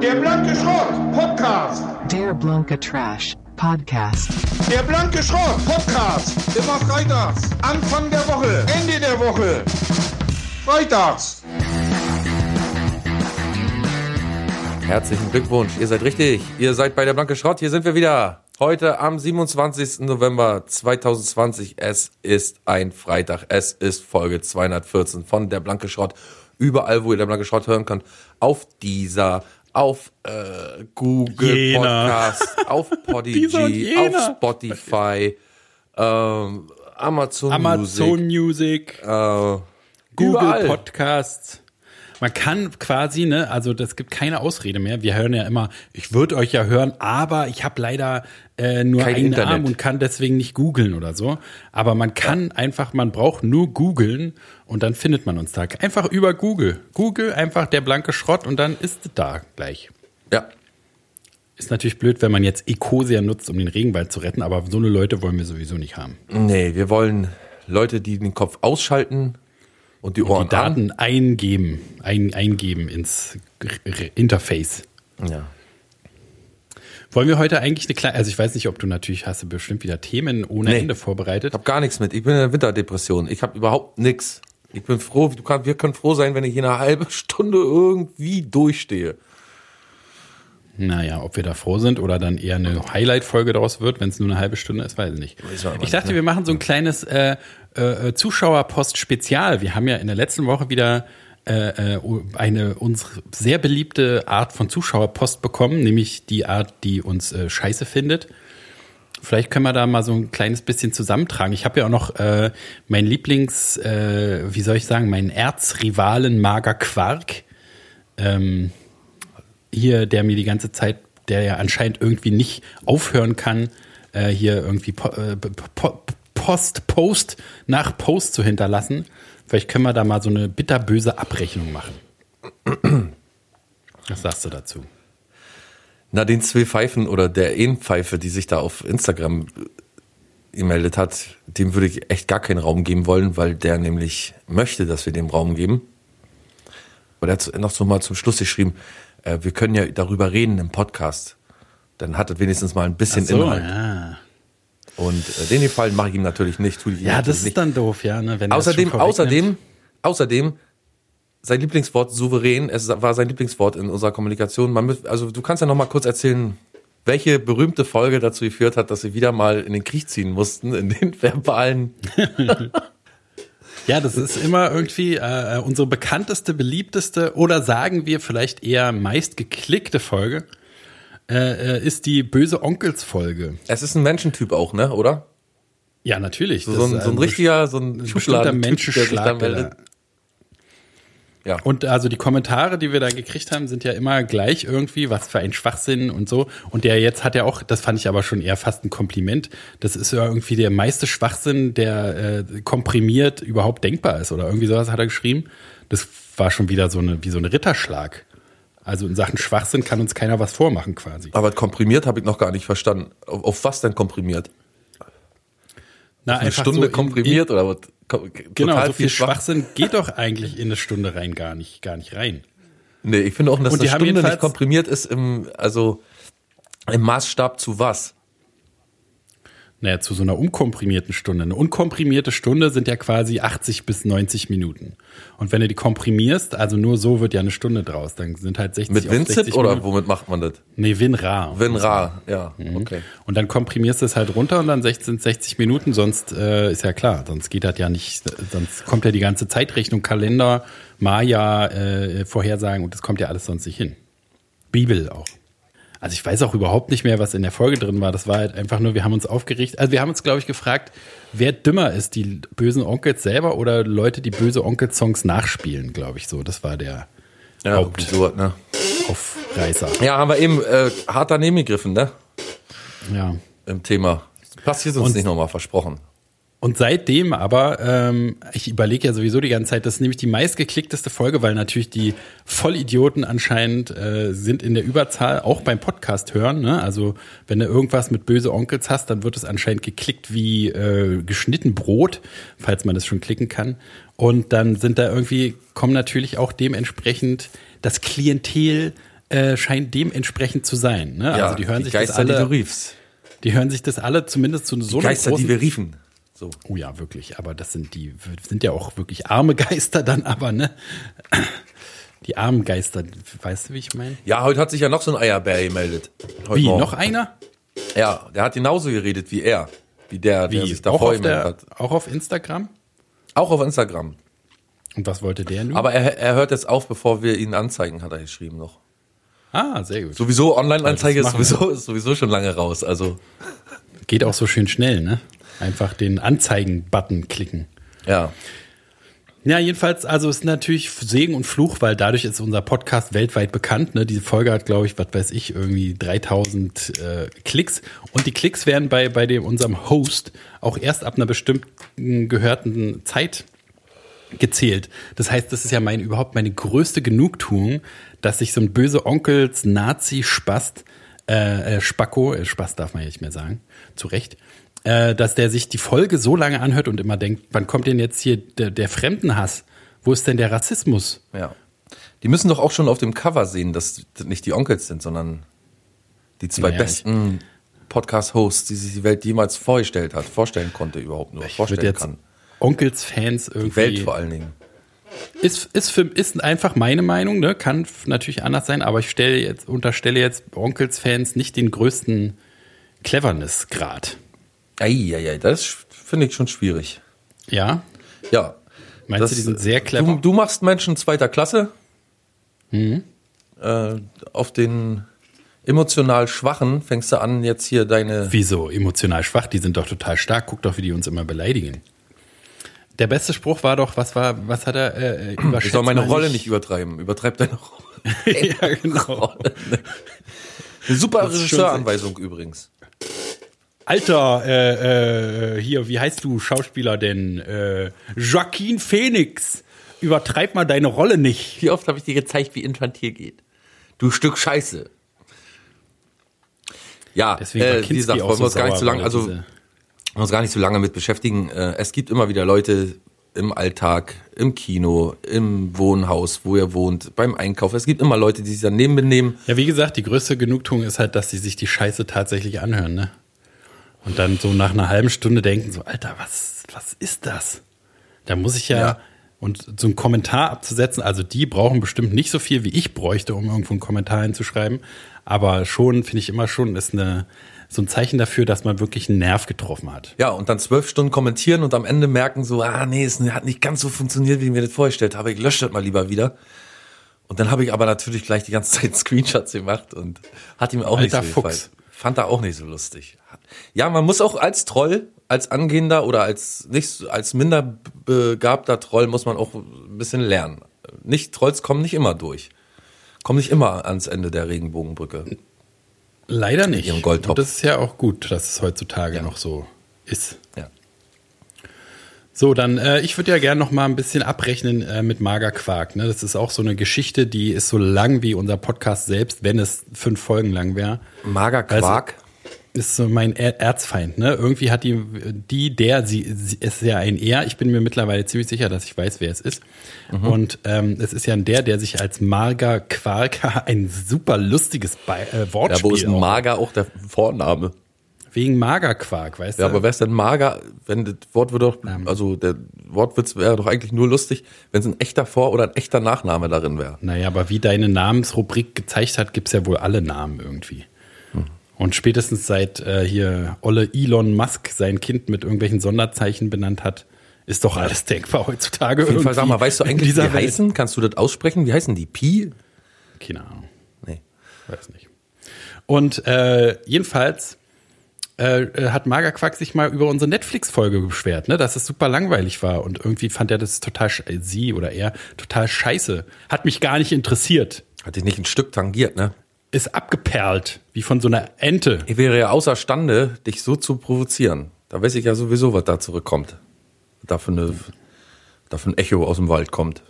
Der blanke Schrott Podcast. Der Blanca Trash Podcast. Der blanke Schrott Podcast. Immer freitags. Anfang der Woche. Ende der Woche. Freitags. Herzlichen Glückwunsch, ihr seid richtig. Ihr seid bei der Blanke Schrott, hier sind wir wieder. Heute am 27. November 2020. Es ist ein Freitag. Es ist Folge 214 von der Blanke Schrott. Überall, wo ihr der Blanke Schrott hören könnt. Auf dieser, auf äh, Google Jener. Podcast, auf Dieser und Podigy, jener. auf Spotify, ähm, Amazon, Amazon Music, Music. Äh, Google überall. Podcasts. Man kann quasi, ne, also das gibt keine Ausrede mehr. Wir hören ja immer, ich würde euch ja hören, aber ich habe leider äh, nur Kein einen Internet. Arm und kann deswegen nicht googeln oder so. Aber man kann einfach, man braucht nur googeln und dann findet man uns da. Einfach über Google. Google einfach der blanke Schrott und dann ist es da gleich. Ja, Ist natürlich blöd, wenn man jetzt Ecosia nutzt, um den Regenwald zu retten, aber so eine Leute wollen wir sowieso nicht haben. nee, wir wollen Leute, die den Kopf ausschalten und die Ohren die Daten eingeben, ein, eingeben ins R- R- Interface. an. Ja. Wollen wir heute eigentlich eine kleine, also ich weiß nicht, ob du natürlich hast du bestimmt wieder Themen ohne Nee. Ende vorbereitet. Ich habe gar nichts mit. Ich bin in der Winterdepression. Ich habe überhaupt nichts. Ich bin froh, du kannst, wir können froh sein, wenn ich hier eine halbe Stunde irgendwie durchstehe. Naja, ob wir da froh sind oder dann eher eine Highlight-Folge daraus wird, wenn es nur eine halbe Stunde ist, weiß ich nicht. Weiß man aber Ich dachte, nicht, ne? wir machen so ein kleines äh, äh, äh, Zuschauerpost-Spezial. Wir haben ja in der letzten Woche wieder äh, äh, eine unsere sehr beliebte Art von Zuschauerpost bekommen, nämlich die Art, die uns äh, scheiße findet. Vielleicht können wir da mal so ein kleines bisschen zusammentragen. Ich habe ja auch noch äh, mein Lieblings, äh, wie soll ich sagen, meinen Erzrivalen Mager Quark. Ähm, hier, der mir die ganze Zeit, der ja anscheinend irgendwie nicht aufhören kann, äh, hier irgendwie po, äh, po, Post, Post nach Post zu hinterlassen. Vielleicht können wir da mal so eine bitterböse Abrechnung machen. Was sagst du dazu? Na, den zwei Pfeifen oder der einen Pfeife, die sich da auf Instagram äh, gemeldet hat, dem würde ich echt gar keinen Raum geben wollen, weil der nämlich möchte, dass wir dem Raum geben. Und er hat noch so mal zum Schluss geschrieben, äh, wir können ja darüber reden im Podcast. Dann hat er wenigstens mal ein bisschen Inhalt. ja. Und äh, den Gefallen mache ich ihm natürlich nicht. Tue ich ihm ja, natürlich das nicht. ist dann doof, ja. Ne, wenn er das schon Außerdem, vorwegnimmt. außerdem, außerdem, sein Lieblingswort souverän, es war sein Lieblingswort in unserer Kommunikation. Man müß, also du kannst ja noch mal kurz erzählen, welche berühmte Folge dazu geführt hat, dass sie wieder mal in den Krieg ziehen mussten, in den verbalen. Ja, das ist immer irgendwie äh, unsere bekannteste, beliebteste oder sagen wir vielleicht eher meist geklickte Folge äh, äh, ist die böse Onkels-Folge. Es ist ein Menschentyp auch, ne, oder? Ja, natürlich. So, so, ein, so ein richtiger, so ein bestimmter Schubladen, Menschenschlag. der da- Ja. Und also die Kommentare, die wir da gekriegt haben, sind ja immer gleich irgendwie, was für ein Schwachsinn und so. Und der jetzt hat ja auch, das fand ich aber schon eher fast ein Kompliment, das ist ja irgendwie der meiste Schwachsinn, der äh, komprimiert überhaupt denkbar ist oder irgendwie sowas hat er geschrieben. Das war schon wieder so eine, wie so ein Ritterschlag. Also in Sachen Schwachsinn kann uns keiner was vormachen quasi. Aber komprimiert habe ich noch gar nicht verstanden. Auf, auf was denn komprimiert? Na, Eine Stunde in- in- komprimiert oder was? Kom- Genau, total so viel Schwach- Schwachsinn geht doch eigentlich in eine Stunde rein gar nicht, gar nicht rein. Nee, ich finde auch, dass Und eine die haben Stunde nicht jedenfalls- komprimiert ist im, also im Maßstab zu was. Naja, zu so einer unkomprimierten Stunde. Eine unkomprimierte Stunde sind ja quasi 80 bis 90 Minuten. Und wenn du die komprimierst, also nur so wird ja eine Stunde draus, dann sind halt 60 Mit auf 60 Vincent oder Minuten. Mhm. womit macht man das? Nee, WinRAR. WinRAR, ja, okay. Und dann komprimierst du es halt runter und dann 16, 60 Minuten, sonst äh, ist ja klar, sonst geht das ja nicht, sonst kommt ja die ganze Zeitrechnung, Kalender, Maya, äh, Vorhersagen und das kommt ja alles sonst nicht hin. Bibel auch. Also ich weiß auch überhaupt nicht mehr, was in der Folge drin war. Das war halt einfach nur, wir haben uns aufgeregt. Also wir haben uns, glaube ich, gefragt, wer dümmer ist, die bösen Onkels selber oder Leute, die böse Onkels-Songs nachspielen, glaube ich so. Das war der Ja, Haupt- so, ne? Aufreißer. ja, haben wir eben äh, hart daneben gegriffen, ne? Ja. Im Thema. Passiert uns Und- nicht nochmal, versprochen. Und seitdem aber, ähm, ich überlege ja sowieso die ganze Zeit, das ist nämlich die meistgeklickteste Folge, weil natürlich die Vollidioten anscheinend äh, sind in der Überzahl, auch beim Podcast hören. Ne? Also wenn du irgendwas mit böse Onkels hast, dann wird es anscheinend geklickt wie äh, geschnitten Brot, falls man das schon klicken kann. Und dann sind da irgendwie, kommen natürlich auch dementsprechend das Klientel äh, scheint dementsprechend zu sein. Ne? Ja, also die hören sich Geister, das die alle, du riefst. die hören sich das alle zumindest zu so einem Geister, großen die wir riefen. So. Oh ja, wirklich. Aber das sind die sind ja auch wirklich arme Geister dann, aber ne? Die armen Geister, weißt du, wie ich meine? Ja, heute hat sich ja noch so ein Eierbär gemeldet. Heute Wie Morgen. noch einer? Ja, der hat genauso geredet wie er. Wie der, der Wie sich auch davor auf, gemeldet der, hat. auch auf Instagram? Auch auf Instagram. Und was wollte der nun? Aber er, er hört jetzt auf, bevor wir ihn anzeigen, hat er geschrieben noch. ah, sehr gut. Sowieso Online-Anzeige ist Das machen sowieso, ist sowieso schon lange raus. Also, Geht auch so schön schnell, ne? Einfach den Anzeigen-Button klicken. ja. Ja, jedenfalls, also ist natürlich Segen und Fluch, weil dadurch ist unser Podcast weltweit bekannt. Ne? Diese Folge hat, glaube ich, was weiß ich, irgendwie 3000 äh, Klicks. Und die Klicks werden bei, bei dem, unserem Host auch erst ab einer bestimmten gehörten Zeit gezählt. Das heißt, das ist ja mein, überhaupt meine größte Genugtuung, dass sich so ein böse Onkels Nazi-Spast, äh, äh, Spacko, äh, Spaß darf man ja nicht mehr sagen, zu Recht, äh, dass der sich die Folge so lange anhört und immer denkt, wann kommt denn jetzt hier der, der Fremdenhass? Wo ist denn der Rassismus? Ja. Die müssen doch auch schon auf dem Cover sehen, dass das nicht die Onkels sind, sondern die zwei Naja, besten Podcast-Hosts, die sich die Welt jemals vorgestellt hat, vorstellen konnte überhaupt nur, würd vorstellen kann. Onkels-Fans irgendwie. Welt vor allen Dingen. Ist, ist, für, ist einfach meine Meinung, ne? kann f- natürlich anders sein, aber ich stelle jetzt, unterstelle jetzt Onkels-Fans nicht den größten Cleverness-Grad. Eieiei, das finde ich schon schwierig. Ja, Ja. Meinst du, die sind sehr clever? Mhm. Du, du machst Menschen zweiter Klasse. Äh, auf den emotional Schwachen fängst du an, jetzt hier deine. Wieso? Emotional schwach, die sind doch total stark. Guck doch, wie die uns immer beleidigen. Der beste Spruch war doch, was war, was hat er äh, äh, überschätzt? Ich soll meine mal Rolle nicht übertreiben. Übertreib deine Rolle. ja, genau. Eine super ist schon Regisseuranweisung übrigens. Alter, äh, äh, hier, wie heißt du Schauspieler denn? Äh, Joaquin Phoenix. Übertreib mal deine Rolle nicht. Wie oft habe ich dir gezeigt, wie infantil geht? Du Stück Scheiße. Ja, Deswegen war äh, Kinski wie gesagt, auch wollen so wir uns gar nicht sauer, so lange, weil also diese- wollen wir uns gar nicht so lange mit beschäftigen. Äh, es gibt immer wieder Leute im Alltag, im Kino, im Wohnhaus, wo ihr wohnt, beim Einkauf. Es gibt immer Leute, die sich daneben benehmen. Ja, wie gesagt, die größte Genugtuung ist halt, dass sie sich die Scheiße tatsächlich anhören, ne? Und dann so nach einer halben Stunde denken, so, Alter, was, was ist das? Da muss ich ja, Ja. und so einen Kommentar abzusetzen, also die brauchen bestimmt nicht so viel, wie ich bräuchte, um irgendwo einen Kommentar hinzuschreiben. Aber schon, finde ich immer schon, ist eine, so ein Zeichen dafür, dass man wirklich einen Nerv getroffen hat. Ja, und dann zwölf Stunden kommentieren und am Ende merken so, ah nee, es hat nicht ganz so funktioniert, wie ich mir das vorgestellt habe. Ich lösche das mal lieber wieder. Und dann habe ich aber natürlich gleich die ganze Zeit Screenshots gemacht und hat ihm auch Alter nicht so Fuchs. gefallen. Fand er auch nicht so lustig. Ja, man muss auch als Troll, als angehender oder als nicht als minder begabter Troll muss man auch ein bisschen lernen. Nicht Trolls kommen nicht immer durch. Kommen nicht immer ans Ende der Regenbogenbrücke. Leider nicht. ihrem Goldtopf. Und das ist ja auch gut, dass es heutzutage noch so ist. Ja. So, dann, äh, ich würde ja gerne noch mal ein bisschen abrechnen äh, mit Magerquark. Ne? Das ist auch so eine Geschichte, die ist so lang wie unser Podcast selbst, wenn es fünf Folgen lang wäre. Mager Also Quark. Ist so mein Er- Erzfeind. Ne? Irgendwie hat die, die, der, sie, sie ist ja ein Er. Ich bin mir mittlerweile ziemlich sicher, dass ich weiß, wer es ist. Mhm. Und ähm, es ist ja ein Der, der sich als Mager Quark ein super lustiges Be äh, Wortspiel ja, wo ist ein auch- Mager auch der Vorname? wegen Magerquark, weißt Ja, du? aber wer ist denn mager, wenn das Wort würde doch, also der Wortwitz wäre doch eigentlich nur lustig, wenn es ein echter Vor- oder ein echter Nachname darin wäre. Naja, aber wie deine Namensrubrik gezeigt hat, gibt's ja wohl alle Namen irgendwie. Und spätestens seit äh, hier Olle Elon Musk sein Kind mit irgendwelchen Sonderzeichen benannt hat, ist doch alles denkbar heutzutage. Auf jeden Fall, sag mal, weißt du eigentlich, wie die dieser Welt. heißen? Kannst du das aussprechen? Wie heißen die? Pi? Keine Ahnung, Nee. weiß nicht. Und äh, jedenfalls äh, äh, hat Magerquack sich mal über unsere Netflix-Folge beschwert, ne? dass es super langweilig war. Und irgendwie fand er das total, sch- äh, sie oder er, total scheiße. Hat mich gar nicht interessiert. Hat dich nicht ein Stück tangiert, ne? Ist abgeperlt, wie von so einer Ente. Ich wäre ja außerstande, dich so zu provozieren. Da weiß ich ja sowieso, was da zurückkommt. Dafür, eine, dafür ein Echo aus dem Wald kommt,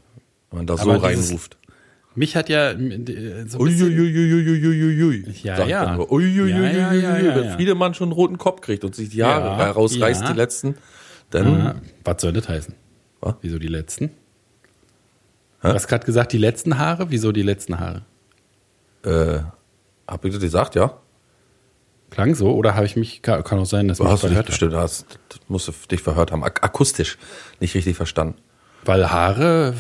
wenn man da so Aber dieses- reinruft. Mich hat ja äh, so ein bisschen, Uiuiuiuiuiuiui. Ja, sagt man ja. nur. Ja, ja, ja, Uiuiuiuiuiuiui. ja, Wenn ja. Friedemann schon einen roten Kopf kriegt und sich die Haare Ja, rausreißt, ja. die letzten, dann Ah, was soll das heißen? Was? Wieso die letzten? Du hast gerade gesagt, die letzten Haare? Wieso die letzten Haare? Äh, hab ich das gesagt, ja? Klang so oder habe ich mich, kann kann auch sein, dass Du man hast du dich verhört hat. bestimmt, hast, das musst du dich verhört haben. Ak akustisch nicht richtig verstanden. Weil Haare,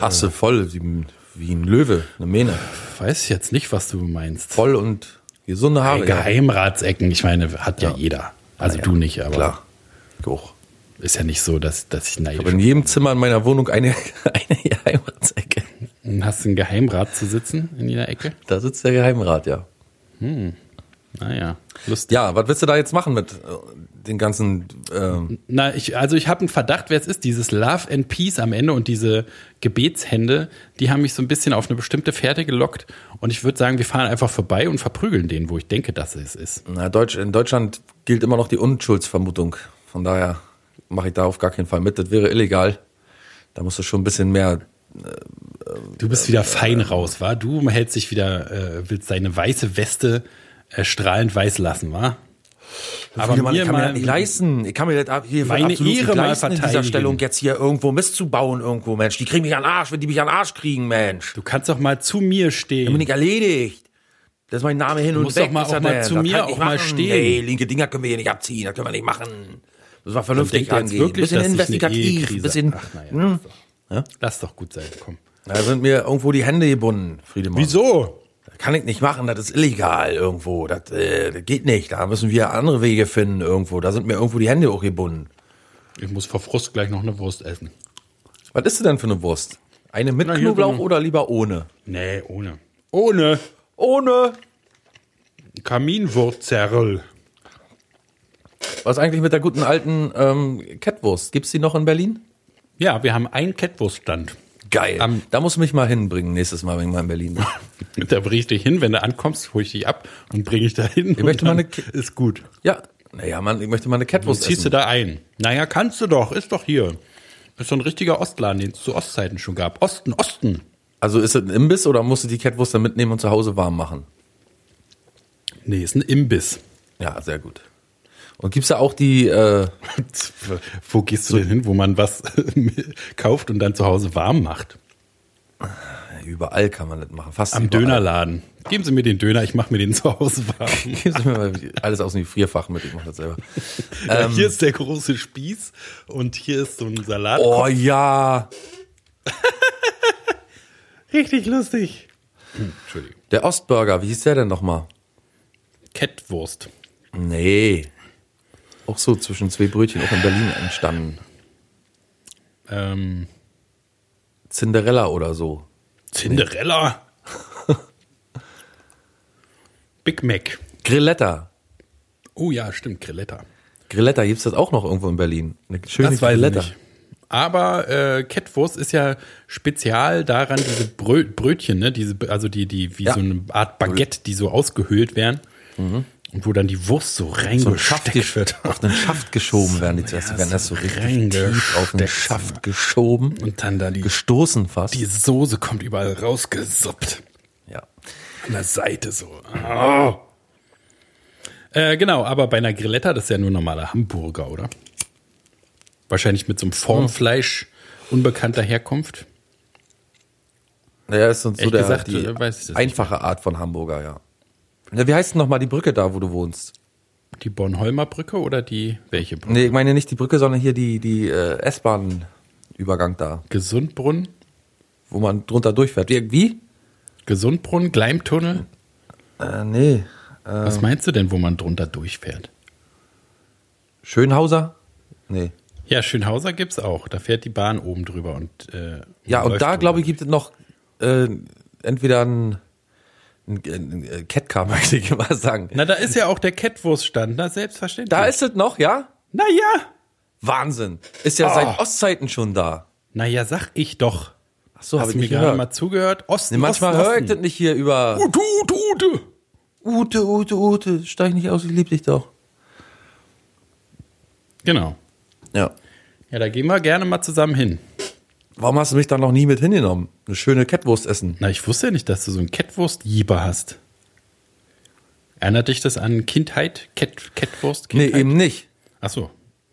Hast du voll, wie, wie ein Löwe, eine Mähne. weiß ich jetzt nicht, was du meinst. Voll und gesunde Haare. ja. Geheimratsecken, ich meine, hat ja, Ja. jeder. Also Ja, du nicht, aber Klar. Geruch. ist ja nicht so, dass, dass ich neidisch Ich habe in jedem Zimmer in meiner Wohnung eine, eine Geheimratsecke. bin. Hast du einen Geheimrat zu sitzen in jeder Ecke? Da sitzt der Geheimrat, ja. Naja, lustig. Ja, was willst du da jetzt machen mit äh, den ganzen ähm, Na, ich, also ich habe einen Verdacht, wer es ist. Dieses Love and Peace am Ende und diese Gebetshände, die haben mich so ein bisschen auf eine bestimmte Fährte gelockt. Und ich würde sagen, wir fahren einfach vorbei und verprügeln den, wo ich denke, dass es ist. Na, Deutsch, in Deutschland gilt immer noch die Unschuldsvermutung. Von daher mache ich da auf gar keinen Fall mit. Das wäre illegal. Da musst du schon ein bisschen mehr. Du bist wieder fein raus, war? Du hältst dich wieder, äh, willst deine weiße Weste äh, strahlend weiß lassen, war? Aber Viele Mann, mir ich kann mir mal, das nicht leisten. Ich kann mir das ab- hier Meine absolut Ehre nicht mal leisten, in dieser verteidigen. Stellung jetzt hier irgendwo Mist zu bauen irgendwo, Mensch. Die kriegen mich an den Arsch, wenn die mich an den Arsch kriegen, Mensch. du kannst doch mal zu mir Bin stehen. nicht erledigt. Das ist mein Name hin und musst weg. doch mal Was auch hat mal denn? zu Das mir kann ich auch nicht mal machen. stehen. Nee, linke Dinger können wir hier nicht abziehen. Das können wir nicht machen. Das war vernünftig denkt er jetzt angehen. wirklich, bisschen dass ich eine investigativ. Ehekrise- bisschen, Ach, naja, hm? Lass doch gut sein, komm. Da sind mir irgendwo die Hände gebunden, Friedemann. Wieso? Kann ich nicht machen, das ist illegal irgendwo. Das, äh, das geht nicht. Da müssen wir andere Wege finden irgendwo. Da sind mir irgendwo die Hände auch gebunden. Ich muss vor Frust gleich noch eine Wurst essen. Was ist denn für eine Wurst? Eine mit Na, hier Knoblauch so eine- oder lieber ohne? Nee, ohne. Ohne Ohne! Kaminwurzerl. Was eigentlich mit der guten alten ähm, Kettwurst? Gibt's die noch in Berlin? Ja, wir haben einen Kettwurststand. Geil. Am- da muss mich mal hinbringen nächstes Mal, wenn ich mal in Berlin bin. Da bringe ich dich hin, wenn du ankommst, hole ich dich ab und bringe ich da hin. Ich möchte mal eine Ke- Ist gut. ja. Naja, Mann, ich möchte mal eine Was Kettwurst ziehst du essen. da ein? Naja, kannst du doch. Ist doch hier. Ist so ein richtiger Ostladen, den es zu Ostzeiten schon gab. Osten, Osten. Also ist es ein Imbiss oder musst du die Kettwurst dann mitnehmen und zu Hause warm machen? Nee, ist ein Imbiss. Ja, sehr gut. Und gibt's da auch die, äh, Wo gehst du denn hin, wo man was kauft und dann zu Hause warm macht? überall kann man das machen. Fast Am überall. Dönerladen. Geben Sie mir den Döner, ich mache mir den zu Hause warm. Gib's mir mal alles aus dem Gefrierfach mit, ich mach das selber. Ja, hier ist der große Spieß und hier ist so ein Salat. Oh ja, Richtig lustig. Hm, Entschuldigung. der Ostburger, wie hieß der denn nochmal? Kettwurst. Nee. Auch so zwischen zwei Brötchen, auch in Berlin entstanden. Ähm, Cinderella oder so. Cinderella. Big Mac. Grilletta. Oh ja, stimmt, Grilletta. Grilletta, gibt's das auch noch irgendwo in Berlin? Eine schöne Das weiß ich nicht. Aber äh, Kettwurst ist ja spezial daran, diese Brö Brötchen, ne? diese, also die, die wie Ja. so eine Art Baguette, die so ausgehöhlt werden. Und wo dann die Wurst Mhm. so So ein Schaft reingesteckt gesch- wird. auf den Schaft geschoben werden die zuerst. Die werden erst so richtig tief auf den reingesteckt. Schaft geschoben. Und dann da die, Gestoßen fast. die Soße kommt überall rausgesuppt. Ja. An der Seite so. Oh. Äh, genau, aber bei einer Grilletta, das ist ja nur normaler Hamburger, oder? Wahrscheinlich mit so einem Formfleisch unbekannter Herkunft. Naja, ist uns so Ehrlich der, gesagt, die äh, weiß ich das einfache Art von Hamburger, ja. Na, wie heißt denn nochmal die Brücke da, wo du wohnst? Die Bornholmer Brücke oder die welche Brücke? Nee, ich meine nicht die Brücke, sondern hier die, die äh, S-Bahn-Übergang da, Gesundbrunnen? wo man drunter durchfährt. Irgendwie? Gesundbrunnen, Gleimtunnel? Äh, nee. Äh. Was meinst du denn, wo man drunter durchfährt? Schönhauser? Nee. Ja, Schönhauser gibt's auch. Da fährt die Bahn oben drüber und äh, Ja, und läuft da, drüber. glaube ich, gibt es noch äh, entweder ein, ein, ein, ein Catcar, möchte ich immer sagen. Na, da ist ja auch der Kettwurststand, na selbstverständlich. Da ist es noch, ja? Naja! Wahnsinn. Ist ja Ah. seit Ostzeiten schon da. Naja, sag ich doch. Ach so, habe Hast ich du mir nicht gerade gehört. mal zugehört? Osten, Nee, manchmal Osten, höre ich das Osten. nicht hier über... Ute, Ute, Ute. Ute, Ute, Ute, steig nicht aus, ich lieb dich doch. Genau. Ja. Ja, da gehen wir gerne mal zusammen hin. Warum hast du mich da noch nie mit hingenommen? Eine schöne Kettwurst essen. Na, ich wusste ja nicht, dass du so einen Kettwurst-Jieber hast. Erinnert dich das an Kindheit? Kett, Kettwurst? Nee, Kindheit? eben nicht. Ach so,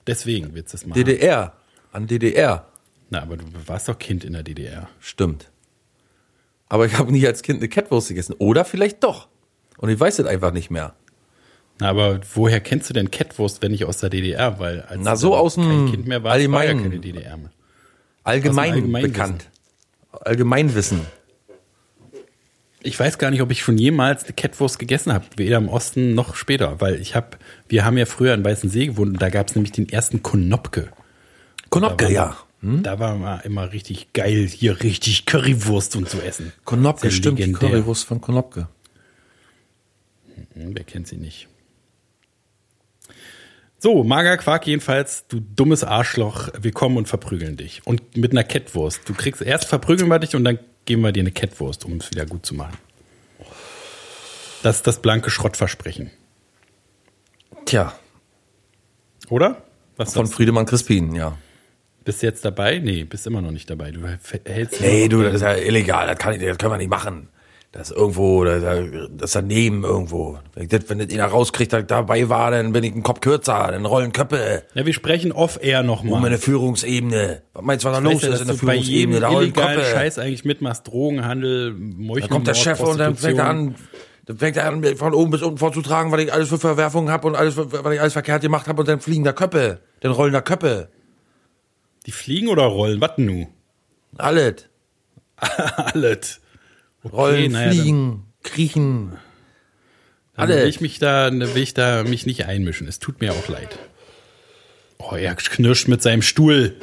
deswegen willst du es machen. DDR. An DDR. Na, aber du warst doch Kind in der DDR. Stimmt. aber ich habe nie als Kind eine Catwurst gegessen. Oder vielleicht doch. Und ich weiß es einfach nicht mehr. Na, aber woher kennst du denn Catwurst, wenn nicht aus der DDR? Weil als Na, so du aus dem kein Kind mehr war, war ja Allgemeinen. keine DDR mehr. Allgemein, Aus dem Also Allgemeinwissen. bekannt. Allgemeinwissen. Ich weiß gar nicht, ob ich schon jemals eine Catwurst gegessen habe, weder im Osten noch später, weil ich habe, wir haben ja früher in Weißensee gewohnt und da gab es nämlich den ersten Konopke. Konopke, Da war- ja. Da war mal immer richtig geil, hier richtig Currywurst und zu essen. Konopke, Sehr stimmt. Die legendär. Currywurst von Konopke. Hm, Wer kennt sie nicht? So, Mager Quark jedenfalls, du dummes Arschloch, wir kommen und verprügeln dich. Und mit einer Catwurst. Du kriegst erst verprügeln wir dich und dann geben wir dir eine Catwurst, um es wieder gut zu machen. Das ist das blanke Schrottversprechen, Tja, oder? Was von sagst du? Friedemann Crispin, ja. Bist du jetzt dabei? Nee, bist immer noch nicht dabei. Du hältst Nee, du, das ist ja illegal, das, kann ich, das können wir nicht machen. Das ist irgendwo, das ist ja- das ist daneben irgendwo. Wenn, ich das, wenn das einer rauskriegt, dass ich dabei war, dann bin ich ein Kopf kürzer, dann rollen Köpfe Ja, wir sprechen off-air um nochmal. eine Führungsebene. Was meinst du, was da los Weißt du, ist dass in der du bei jedem Führungsebene? Da rollen illegalen Köpfe. Scheiß eigentlich mitmachst, Drogenhandel, Meuchelmord, Da kommt der Chef und dann fängt er an, dann fängt er an, mir von oben bis unten vorzutragen, was ich alles für Verwerfungen habe und alles, für- was ich alles verkehrt gemacht habe und dann fliegen da Köpfe, dann rollen da Köpfe. Die fliegen oder rollen? Was nu? Alles. Alles. Okay, Rollen, naja, fliegen, kriechen. Dann, dann will alles. ich mich da, dann will ich da mich nicht einmischen. Es tut mir auch leid. Oh, er knirscht mit seinem Stuhl.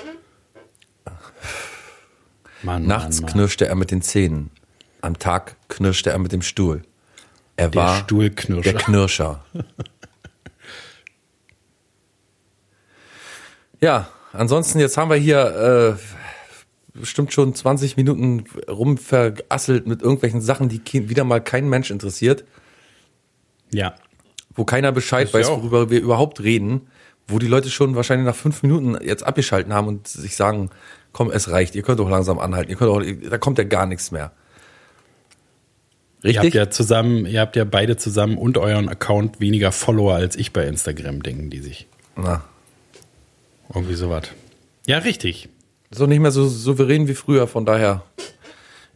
Mann, Nachts Mann, Mann. knirschte er mit den Zähnen. Am Tag knirschte er mit dem Stuhl. Er Der war Stuhlknirscher. der Knirscher. ja, ansonsten, jetzt haben wir hier äh, bestimmt schon 20 Minuten rumverasselt mit irgendwelchen Sachen, die kein, wieder mal kein Mensch interessiert, Ja. wo keiner Bescheid Ist ja weiß, auch- worüber wir überhaupt reden, wo die Leute schon wahrscheinlich nach fünf Minuten jetzt abgeschalten haben und sich sagen, komm, es reicht, ihr könnt doch langsam anhalten, ihr könnt doch, da kommt ja gar nichts mehr. Ihr habt Richtig? ja zusammen, ihr habt ja beide zusammen und euren Account weniger Follower als ich bei Instagram, denken die sich. Na, Irgendwie sowas. Ja, richtig. ist doch nicht mehr so souverän wie früher, von daher.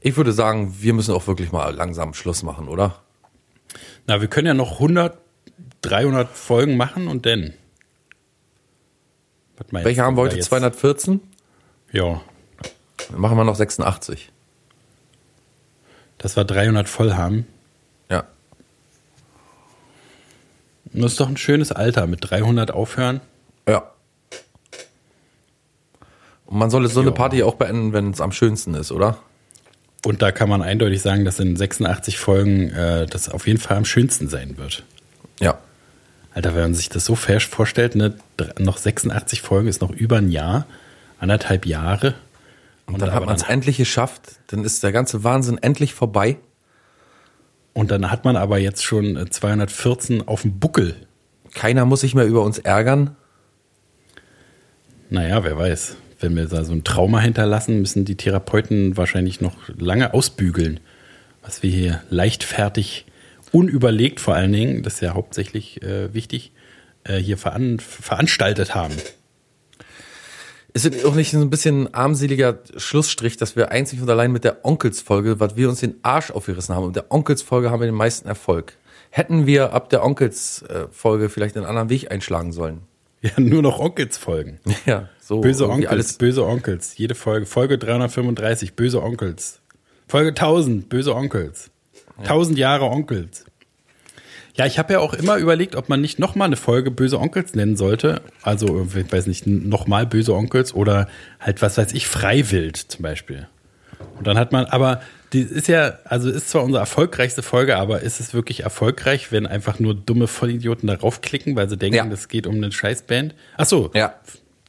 Ich würde sagen, wir müssen auch wirklich mal langsam Schluss machen, oder? Na, wir können ja noch 100, 300 Folgen machen und dann. Was meinst Welche du haben wir heute? da jetzt? 214? Ja, Dann machen wir noch 86. dass wir 300 voll haben. Ja. Das ist doch ein schönes Alter, mit 300 aufhören. Ja. Und man solle so eine Ja. Party auch beenden, wenn es am schönsten ist, oder? Und da kann man eindeutig sagen, dass in 86 Folgen äh, das auf jeden Fall am schönsten sein wird. Ja. Alter, wenn man sich das so fair vorstellt, ne, dr- noch 86 Folgen ist noch über ein Jahr, anderthalb Jahre. Und dann hat aber man es endlich geschafft. Dann ist der ganze Wahnsinn endlich vorbei. und dann hat man aber jetzt schon äh, 214 auf dem Buckel. Keiner muss sich mehr über uns ärgern. Naja, wer weiß. Wenn wir da so ein Trauma hinterlassen, müssen die Therapeuten wahrscheinlich noch lange ausbügeln. Was wir hier leichtfertig, unüberlegt vor allen Dingen, das ist ja hauptsächlich äh, wichtig, äh, hier veran veranstaltet haben. Ist es auch nicht so ein bisschen ein armseliger Schlussstrich, dass wir einzig und allein mit der Onkelsfolge, was wir uns den Arsch aufgerissen haben, und der Onkelsfolge haben wir den meisten Erfolg. Hätten wir ab der Onkelsfolge vielleicht einen anderen Weg einschlagen sollen. Ja, nur noch Onkels folgen. Ja, so. Böse irgendwie Onkels, böse Onkels. Jede Folge. Folge 335, böse Onkels. Folge 1000, böse Onkels. 1000 Jahre Onkels. Ja, ich habe ja auch immer überlegt, ob man nicht nochmal eine Folge böse Onkels nennen sollte. Also, ich weiß nicht, nochmal böse Onkels oder halt, was weiß ich, Freiwild zum Beispiel. Und dann hat man, aber die ist ja, also ist zwar unsere erfolgreichste Folge, aber ist es wirklich erfolgreich, wenn einfach nur dumme Vollidioten darauf klicken, weil sie denken, Ja. das geht um eine Scheißband? Ach so, Ja.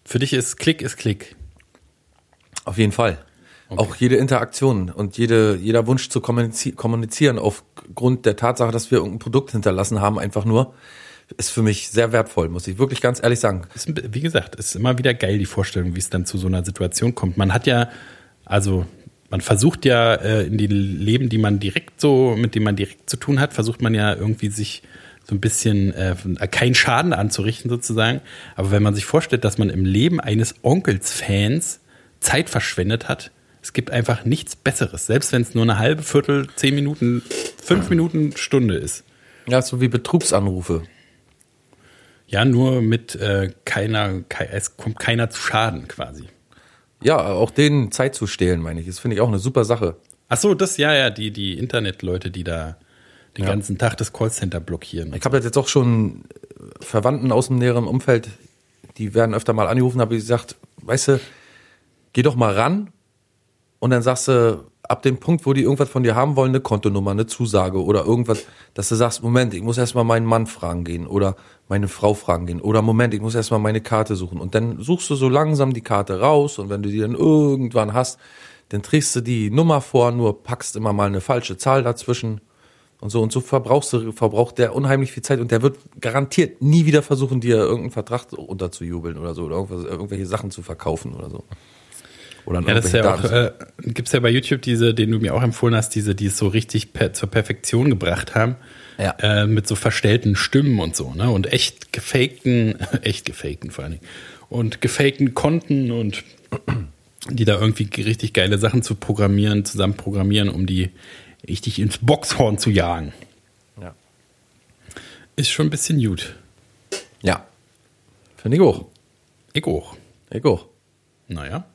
für dich ist Klick ist Klick. Auf jeden Fall. Auch jede Interaktion und jede, jeder Wunsch zu kommunizi- kommunizieren aufgrund der Tatsache, dass wir irgendein Produkt hinterlassen haben, einfach nur, ist für mich sehr wertvoll, muss ich wirklich ganz ehrlich sagen. Ist, ein bi- wie gesagt, ist immer wieder geil, die Vorstellung, wie es dann zu so einer Situation kommt. Man hat ja, also man versucht ja äh, in die Leben, die man direkt so, mit dem man direkt zu tun hat, versucht man ja irgendwie sich so ein bisschen äh, keinen Schaden anzurichten sozusagen. Aber wenn man sich vorstellt, dass man im Leben eines Onkels-Fans Zeit verschwendet hat, Es gibt einfach nichts Besseres, selbst wenn es nur eine halbe, Viertel, zehn Minuten, fünf Minuten, Stunde ist. Ja, so wie Betrugsanrufe. Ja, nur mit äh, keiner, kei- es kommt keiner zu Schaden quasi. Ja, auch denen Zeit zu stehlen, meine ich. Das finde ich auch eine super Sache. Ach so, das, ja, ja, die, die Internetleute, die da den ganzen Tag das Callcenter blockieren. Ich habe das jetzt auch schon äh, Verwandten aus dem näheren Umfeld, die werden öfter mal angerufen, habe ich gesagt, weißt du, geh doch mal ran und dann sagst du, ab dem Punkt, wo die irgendwas von dir haben wollen, eine Kontonummer, eine Zusage oder irgendwas, dass du sagst, Moment, ich muss erstmal meinen Mann fragen gehen oder meine Frau fragen gehen oder Moment, ich muss erstmal meine Karte suchen und dann suchst du so langsam die Karte raus und wenn du die dann irgendwann hast, dann trägst du die Nummer vor, nur packst immer mal eine falsche Zahl dazwischen und so und so verbrauchst du, verbraucht der unheimlich viel Zeit und der wird garantiert nie wieder versuchen, dir irgendeinen Vertrag unterzujubeln oder so oder irgendwas, irgendwelche Sachen zu verkaufen oder so. Oder an Ja, das ist irgendwelche ja auch, Daten- äh, gibt's ja bei YouTube diese, den du mir auch empfohlen hast, diese, die es so richtig per, zur Perfektion gebracht haben. Ja. Äh, mit so verstellten Stimmen und so, ne? Und echt gefakten, echt gefakten vor allen Dingen. Und gefakten Konten und die da irgendwie richtig geile Sachen zu programmieren, zusammen programmieren, um die richtig ins Boxhorn zu jagen. ja. Ist schon ein bisschen gut. ja. Finde ich auch. Ich auch. Ich auch. Naja.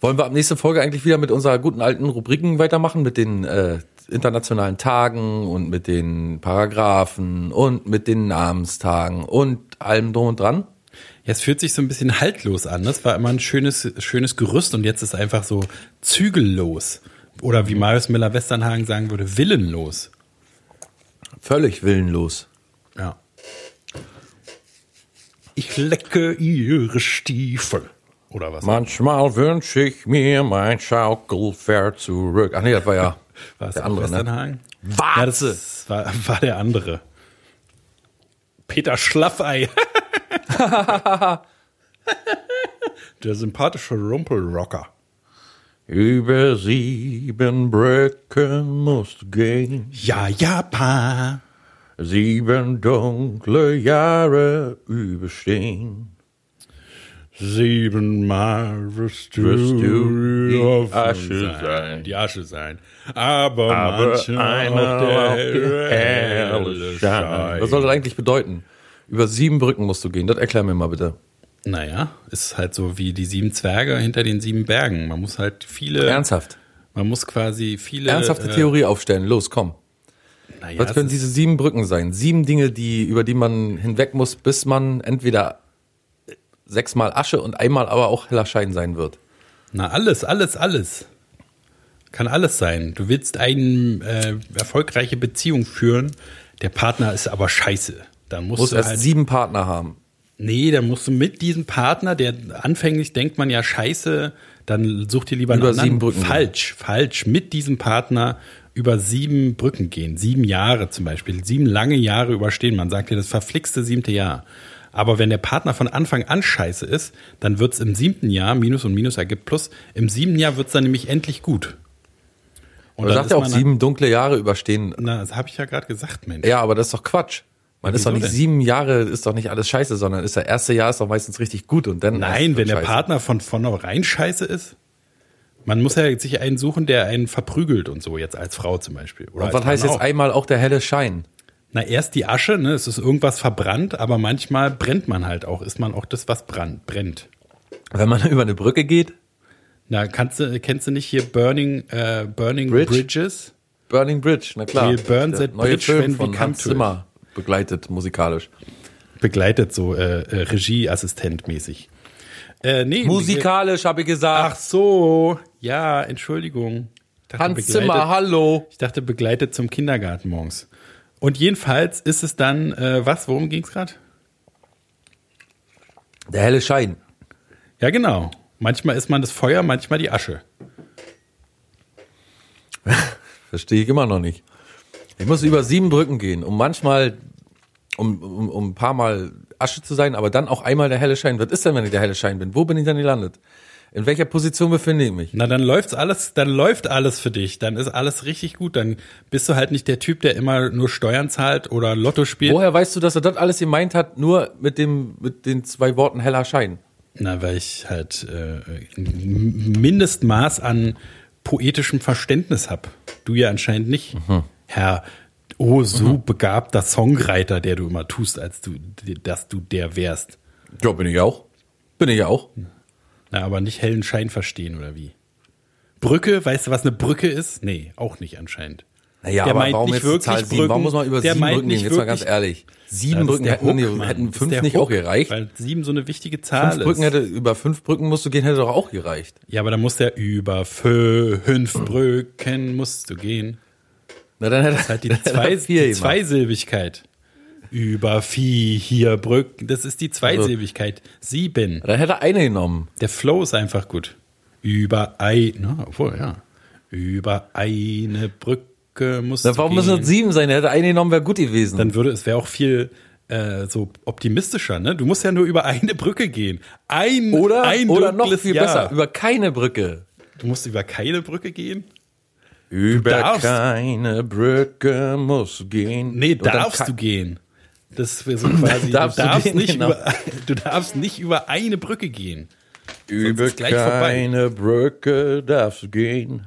Wollen wir ab nächste Folge eigentlich wieder mit unserer guten alten Rubriken weitermachen, mit den äh, internationalen Tagen und mit den Paragraphen und mit den Namenstagen und allem drum und dran? Ja, es fühlt sich so ein bisschen haltlos an. Das war immer ein schönes, schönes Gerüst und jetzt ist einfach so zügellos. Oder wie Marius Müller-Westernhagen sagen würde, willenlos. Völlig willenlos. Ja. Ich lecke ihre Stiefel. Oder was? Manchmal wünsche ich mir mein Schaukelpferd zurück. Ach nee, das war ja war es der auch andere, ne? Westernhagen? Ja, das Warze! ist- war, war der andere. Peter Schlaffei. der sympathische Rumpelrocker. Über sieben Brücken musst gehen, Ja, ja, pa. sieben dunkle Jahre überstehen. Siebenmal wirst du, Wirst du die offen Asche sein. Die Asche sein. Aber, Aber manche einer auch auf der die helle helle Schein. Schein. Was soll das eigentlich bedeuten? Über sieben Brücken musst du gehen, das erklär mir mal bitte. Naja, ist halt so wie die sieben Zwerge hinter den sieben Bergen. Man muss halt viele. Ernsthaft. Man muss quasi viele. Ernsthafte äh, Theorie aufstellen, los, komm. Naja, Was es können ist- diese sieben Brücken sein? Sieben Dinge, die, über die man hinweg muss, bis man entweder sechsmal Asche und einmal aber auch heller Schein sein wird. Na, alles, alles, alles. Kann alles sein. Du willst eine äh, erfolgreiche Beziehung führen, der Partner ist aber scheiße. Dann musst Muss du erst halt sieben Partner haben. Nee, dann musst du mit diesem Partner, der anfänglich denkt man ja scheiße, dann such dir lieber einen Über anderen. sieben Brücken. Falsch, falsch. Mit diesem Partner über sieben Brücken gehen. Sieben Jahre zum Beispiel. Sieben lange Jahre überstehen. Man sagt ja das verflixte siebte Jahr. Aber wenn der Partner von Anfang an scheiße ist, dann wird's im siebten Jahr, Minus und Minus ergibt Plus, im siebten Jahr wird's dann nämlich endlich gut. Und Man dann sagt ist ja auch man- halt sieben dunkle Jahre überstehen. Na, das habe ich ja gerade gesagt, Mensch. Ja, aber das ist doch Quatsch. Man ist wieso doch nicht denn? sieben Jahre, ist doch nicht alles scheiße, sondern ist das erste Jahr ist doch meistens richtig gut und dann. Nein, erst wenn der scheiße. Partner von vornherein scheiße ist. Man muss ja sich einen suchen, der einen verprügelt und so, jetzt als Frau zum Beispiel. Oder Und als was heißt Mann jetzt auch. einmal auch der helle Schein? Na, erst die Asche, ne? Es ist irgendwas verbrannt, aber manchmal brennt man halt auch, ist man auch das, was brand, brennt. Wenn man über eine Brücke geht, Na, kannst du, kennst du nicht hier Burning, äh, Burning Bridge? Bridges? Burning Bridge, na klar. We burn that neue bridge Film when we von come Hans to it. Zimmer begleitet musikalisch. Begleitet so äh, äh, Regieassistent-mäßig. Äh, nee, Musikalisch habe ich gesagt. Ach so, ja, Entschuldigung. Ich dachte, Hans begleitet- Zimmer, hallo. Ich dachte, begleitet zum Kindergarten morgens. Und jedenfalls ist es dann, äh, was, worum ging's grad? gerade? Der helle Schein. Ja, genau. Manchmal ist man das Feuer, manchmal die Asche. Verstehe ich immer noch nicht. Ich muss über sieben Brücken gehen, um manchmal, um, um, um ein paar Mal Asche zu sein, aber dann auch einmal der helle Schein. Was ist denn, wenn ich der helle Schein bin? Wo bin ich denn gelandet? In welcher Position befinde ich mich? Na, dann läuft's alles, dann läuft alles für dich. Dann ist alles richtig gut. Dann bist du halt nicht der Typ, der immer nur Steuern zahlt oder Lotto spielt. Woher weißt du, dass er das alles gemeint hat, nur mit dem, mit den zwei Worten heller Schein? Na, weil ich halt äh, ein Mindestmaß an poetischem Verständnis habe. Du ja anscheinend nicht, Herr. Oh, so begabter Songwriter, der du immer tust, als du, dass du der wärst. Ja, bin ich auch. Bin ich auch. Na, aber nicht hellen Schein verstehen, oder wie? Brücke, weißt du, was eine Brücke ist? Nee, auch nicht anscheinend. Naja, Der aber meint warum nicht jetzt wirklich Zahl sieben? Brücken. Warum muss man über Der sieben meint Brücken nicht gehen? Jetzt mal ganz wirklich- ehrlich. Sieben Das ist Brücken der hätten, Hook, Mann. hätten Das ist fünf der nicht Hook, auch gereicht. Weil sieben so eine wichtige Zahl Fünf Brücken ist. hätte, über fünf Brücken musst du gehen, hätte doch auch gereicht. ja, aber da muss der über fünf Brücken musst du gehen. Na, dann hätte Halt die, dann hätte zwei, er vier die gemacht. Zweisilbigkeit. Über vier Brücken. Das ist Also- die Zweisilbigkeit. Sieben. Dann hätte er eine genommen. Der Flow ist einfach gut. Über ein, na, obwohl, ja. Über eine Brücke musst Dann warum du müssen gehen. es sieben sein? Er hätte eine genommen, wäre gut gewesen. dann würde es wäre auch viel äh, so optimistischer, ne? Du musst ja nur über eine Brücke gehen. Ein oder, ein oder noch dunkles viel Jahr. besser, über keine Brücke. Du musst über keine Brücke gehen? Über darfst. keine Brücke muss gehen. Nee, Und dann darfst ka- du gehen. Das wäre so quasi Darfst du du darfst gehen, nicht genau. über du darfst nicht über eine Brücke gehen. Über ist gleich vorbei. keine Brücke darfst du gehen.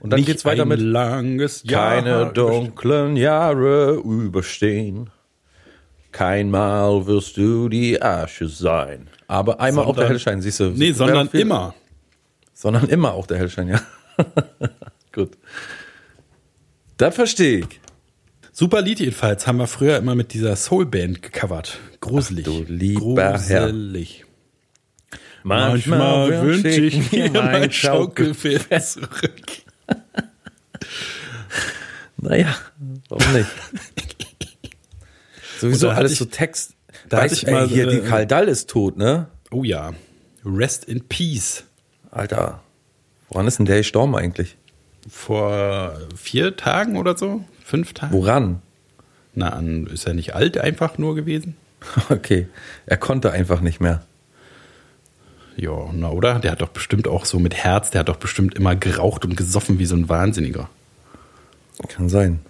Und dann Nicht geht's weiter ein mit langes Jahr. Keine dunklen Jahre überstehen. Keinmal wirst du die Asche sein. Aber einmal auch der Sondern- Hellschein, siehst du. Nee, Wär sondern viel- immer. Sondern immer auch der Hellschein, ja. Gut. Das verstehe ich. Super Lied jedenfalls haben wir früher immer mit dieser Soulband gecovert. Gruselig. Ach du lieber Herr. Gruselig. Manchmal wünsche ich mir mein Schaukelpferd zurück. Naja, warum nicht? Sowieso Und da hatte alles ich- so Text. da Weiß hatte ich ich mal, mal, hier, äh, die Karl Dall ist tot, ne? Oh ja. Rest in Peace. Alter, woran ist denn der gestorben eigentlich? Vor vier Tagen oder so? Fünf Tagen? Woran? Na, an, ist er nicht alt einfach nur gewesen? Okay, er konnte einfach nicht mehr. Ja, na oder? Der hat doch bestimmt auch so mit Herz, der hat doch bestimmt immer geraucht und gesoffen wie so ein Wahnsinniger. Kann sein.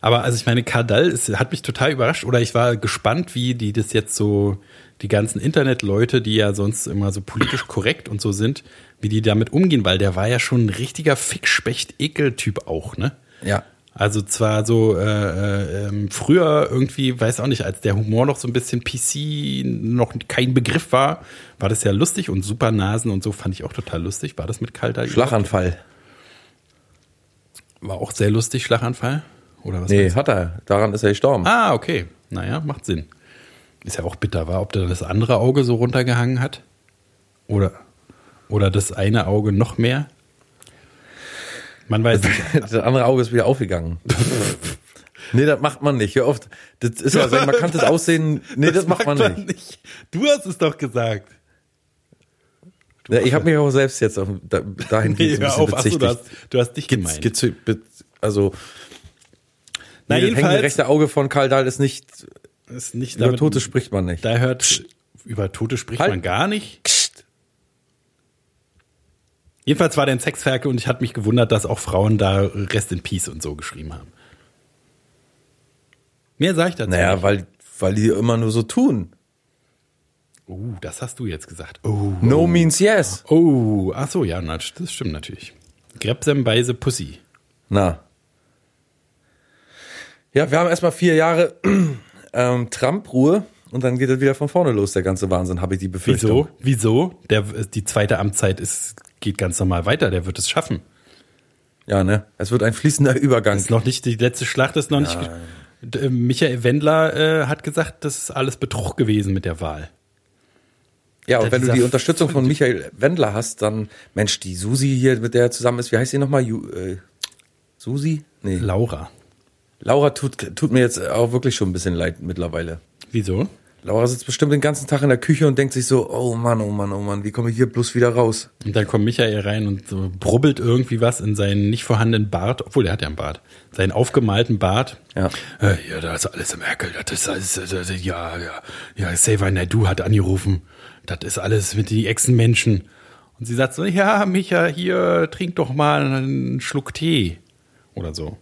Aber also ich meine, Kardall ist, hat mich total überrascht oder ich war gespannt, wie die das jetzt so, die ganzen Internetleute, die ja sonst immer so politisch korrekt und so sind, wie die damit umgehen, weil der war ja schon ein richtiger Fickspecht-Ekel-Typ auch, ne? Ja. Also zwar so äh, äh, ähm, früher irgendwie, weiß auch nicht, als der Humor noch so ein bisschen PC noch kein Begriff war, war das ja lustig und Supernasen und so fand ich auch total lustig. War das mit Kaldal? Schlaganfall. War auch sehr lustig, Schlaganfall? Oder was? Nee, meinst hat er. Daran ist er gestorben. du? Ah, okay. Naja, macht Sinn. Ist ja auch bitter, war, ob der das andere Auge so runtergehangen hat? Oder, oder das eine Auge noch mehr? Man weiß nicht. Das andere Auge ist wieder aufgegangen. nee, das macht man nicht. Hör auf. Das ist ja sein markantes Aussehen. Nee, das, macht man nicht. Du hast es doch gesagt. Ja, ich habe mich auch selbst jetzt auf, da, dahin Nee, ein bisschen hör auf, achso, bezichtigt. du, hast, du hast dich gemeint. Gezü- be- also, Na, nee, das hängende jedenfalls rechte Auge von Karl Dahl ist nicht, ist nicht über Tote spricht man nicht. Da hört über Tote spricht Halt. man gar nicht. Jedenfalls war der ein Sexferkel und ich hatte mich gewundert, dass auch Frauen da Rest in Peace und so geschrieben haben. Mehr sage ich dazu. Naja, nicht. weil, weil die immer nur so tun. oh, das hast du jetzt gesagt. Oh, No means yes. oh, ach so, ja, na, das stimmt natürlich. Grebsemweise Pussy. Na. Ja, wir haben erstmal vier Jahre ähm, Trump-Ruhe und dann geht das wieder von vorne los, der ganze Wahnsinn, habe ich die Befürchtung. Wieso? Wieso? Der, die zweite Amtszeit ist, geht ganz normal weiter. Der wird es schaffen. Ja, ne? Es wird ein fließender Übergang. Ist noch nicht, die letzte Schlacht ist noch nicht. ge- D- äh, Michael Wendler äh, hat gesagt, das ist alles Betrug gewesen mit der Wahl. Ja, und Da wenn du dieser die Unterstützung von Michael Wendler hast, dann, Mensch, die Susi hier, mit der er zusammen ist, wie heißt sie nochmal? Ju- Äh, Susi? Nee. Laura. Laura tut, tut mir jetzt auch wirklich schon ein bisschen leid mittlerweile. Wieso? Laura sitzt bestimmt den ganzen Tag in der Küche und denkt sich so, oh Mann, oh Mann, oh Mann, wie komme ich hier bloß wieder raus? Und dann kommt Michael rein und so brubbelt irgendwie was in seinen nicht vorhandenen Bart, obwohl er hat ja einen Bart, seinen aufgemalten Bart. Ja. Äh, ja, da ist alles im Merkel, das ist alles, äh, das, ja, ja, ja, Saver Naidu hat angerufen, das ist alles mit den Echsenmenschen. Und sie sagt so, ja, Micha, hier, trink doch mal einen Schluck Tee oder so.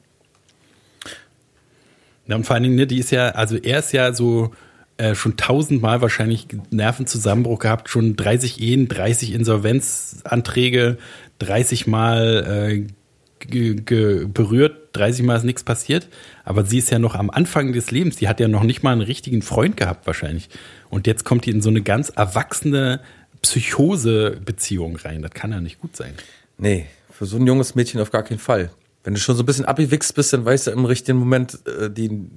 Ja, und vor allen Dingen, ne, die ist ja, also er ist ja so äh, schon tausendmal wahrscheinlich Nervenzusammenbruch gehabt, schon 30 Ehen, 30 Insolvenzanträge, 30 Mal äh, ge- ge- berührt, 30 Mal ist nichts passiert. Aber sie ist ja noch am Anfang des Lebens. Die hat ja noch nicht mal einen richtigen Freund gehabt, wahrscheinlich. Und jetzt kommt die in so eine ganz erwachsene Psychose-Beziehung rein. Das kann ja nicht gut sein. Nee, für so ein junges Mädchen auf gar keinen Fall. Wenn du schon so ein bisschen abgewichst bist, dann weißt du im richtigen Moment äh, die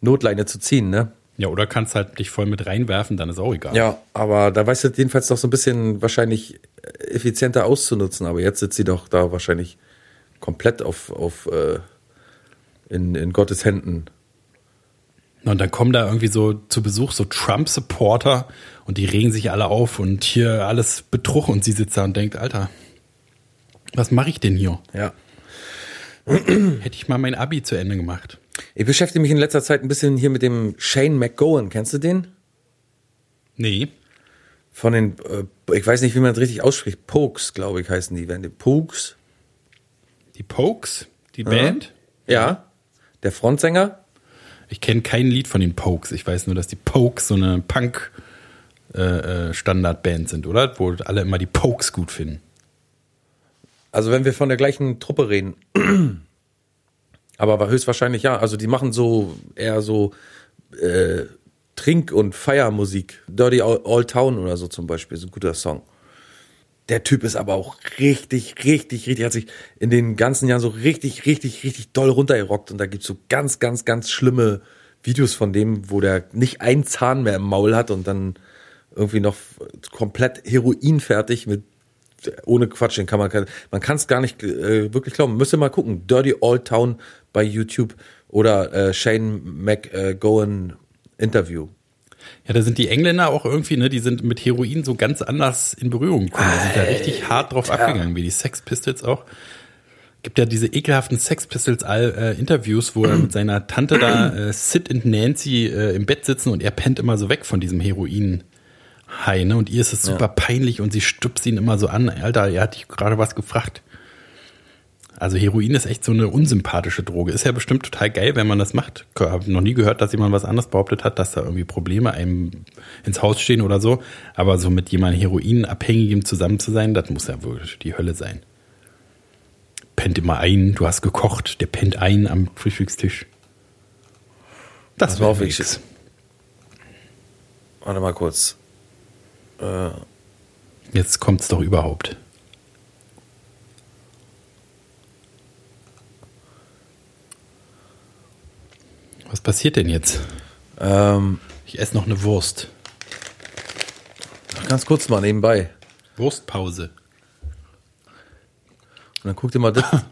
Notleine zu ziehen, ne? Ja, oder kannst halt dich voll mit reinwerfen, dann ist auch egal. Ja, aber da weißt du jedenfalls noch so ein bisschen wahrscheinlich äh, effizienter auszunutzen. Aber jetzt sitzt sie doch da wahrscheinlich komplett auf, auf äh, in, in Gottes Händen. Und dann kommen da irgendwie so zu Besuch so Trump-Supporter und die regen sich alle auf und hier alles Betrug und sie sitzt da und denkt, Alter, was mache ich denn hier? Ja. Hätte ich mal mein Abi zu Ende gemacht. Ich beschäftige mich in letzter Zeit ein bisschen hier mit dem Shane McGowan. Kennst du den? Nee. Von den, äh, ich weiß nicht, wie man das richtig ausspricht. Pokes, glaube ich, heißen die. Werden die Pokes? Die Pokes, die Band. Ja. Der Frontsänger? Ich kenne kein Lied von den Pokes. Ich weiß nur, dass die Pokes so eine Punk-Standardband sind, oder? Wo alle immer die Pokes gut finden. Also wenn wir von der gleichen Truppe reden. Aber war höchstwahrscheinlich ja. Also die machen so eher so äh, Trink- und Feiermusik. Dirty All All Town oder so zum Beispiel, ist ein guter Song. Der Typ ist aber auch richtig, richtig, richtig, hat sich in den ganzen Jahren so richtig, richtig, richtig doll runtergerockt. Und da gibt's so ganz, ganz, ganz schlimme Videos von dem, wo der nicht einen Zahn mehr im Maul hat und dann irgendwie noch komplett heroinfertig mit ohne Quatsch, den kann man kein- man kann es gar nicht äh, wirklich glauben. Müsst ihr mal gucken, Dirty Old Town bei YouTube oder äh, Shane McGowan Interview. Ja, da sind die Engländer auch irgendwie, ne, die sind mit Heroin so ganz anders in Berührung gekommen. Die sind da richtig hart drauf abgegangen, wie die Sex Pistols auch. Gibt ja diese ekelhaften Sex Pistols all, äh, Interviews, wo er mit seiner Tante da äh, Sid und Nancy äh, im Bett sitzen und er pennt immer so weg von diesem Heroin. Hi, ne? Und ihr ist es super peinlich und sie stupst ihn immer so an. Alter, er hat dich gerade was gefragt. Also Heroin ist echt so eine unsympathische Droge. Ist ja bestimmt total geil, wenn man das macht. Ich habe noch nie gehört, dass jemand was anderes behauptet hat, dass da irgendwie Probleme einem ins Haus stehen oder so. Aber so mit jemandem Heroinabhängigem zusammen zu sein, das muss ja wohl die Hölle sein. Pennt immer ein, du hast gekocht, der pennt ein am Frühstückstisch. Das Pass war auf, ich- nix. Warte mal kurz. Jetzt kommt's doch überhaupt. Was passiert denn jetzt? Ähm, Ich esse noch eine Wurst. ganz kurz mal nebenbei. Wurstpause. Und dann guck dir mal das.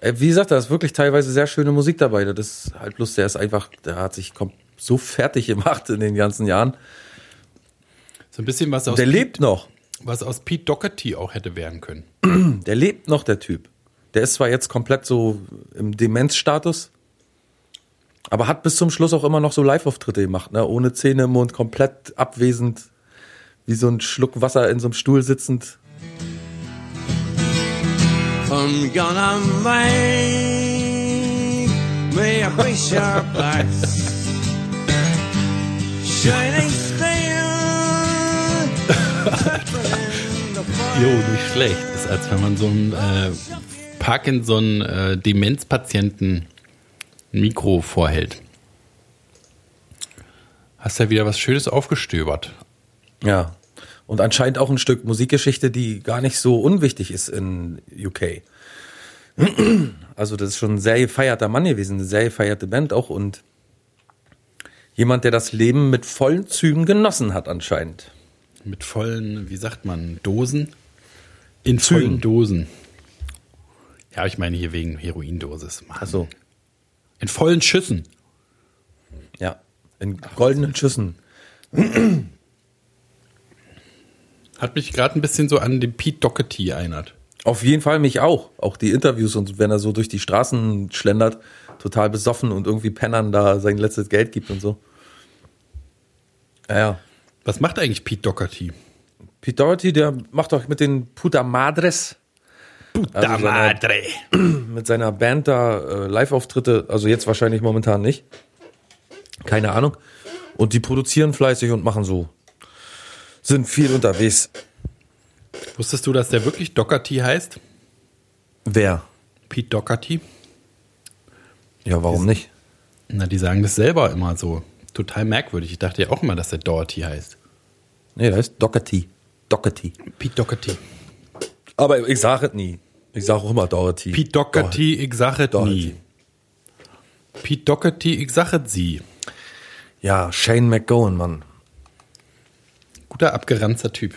Ey, Wie gesagt, da ist wirklich teilweise sehr schöne Musik dabei. Das ist halt bloß, der ist einfach, der hat sich kom- so fertig gemacht in den ganzen Jahren. So ein bisschen was aus, Der lebt noch. was aus Pete Doherty auch hätte werden können. Der lebt noch, der Typ. Der ist zwar jetzt komplett so im Demenzstatus, aber hat bis zum Schluss auch immer noch so Live-Auftritte gemacht, ne? Ohne Zähne im Mund, komplett abwesend, wie so ein Schluck Wasser in so einem Stuhl sitzend. I'm gonna make me a bishop black. Shining steel. Jo, nicht schlecht. Ist, als wenn man so einen äh, Parkinson-Demenzpatienten ein Mikro vorhält. Hast ja wieder was Schönes aufgestöbert. Ja. Und anscheinend auch ein Stück Musikgeschichte, die gar nicht so unwichtig ist in UK. Also das ist schon ein sehr gefeierter Mann gewesen, eine sehr gefeierte Band auch und jemand, der das Leben mit vollen Zügen genossen hat anscheinend. Mit vollen, wie sagt man, Dosen? In Zügen. vollen Dosen. Ja, ich meine hier wegen Heroindosis. Mann. Ach so. In vollen Schüssen. Ja, in goldenen Schüssen. Hat mich gerade ein bisschen so an den Pete Doherty erinnert. Auf jeden Fall mich auch. Auch die Interviews und wenn er so durch die Straßen schlendert, total besoffen und irgendwie Pennern da sein letztes Geld gibt und so. Ja, ja. Was macht eigentlich Pete Doherty? Pete Doherty, der macht doch mit den Puta Madres, Puta Also so eine- mit seiner Band da äh, Live-Auftritte, also jetzt wahrscheinlich momentan nicht. Keine Ahnung. Und die produzieren fleißig und machen so. Sind viel unterwegs. Wusstest du, dass der wirklich Doherty heißt? Wer? Pete Doherty? Ja, warum nicht? Na, die sagen das selber immer so. Total merkwürdig. Ich dachte ja auch immer, dass der Doherty heißt. Nee, der heißt Doherty. Doherty. Pete Doherty. Aber ich sage es nie. Ich sage auch immer Doherty. Pete Doherty, ich sag es Doherty. nie. Pete Doherty, ich sag es sie. Ja, Shane McGowan, Mann. Guter abgeranzter Typ.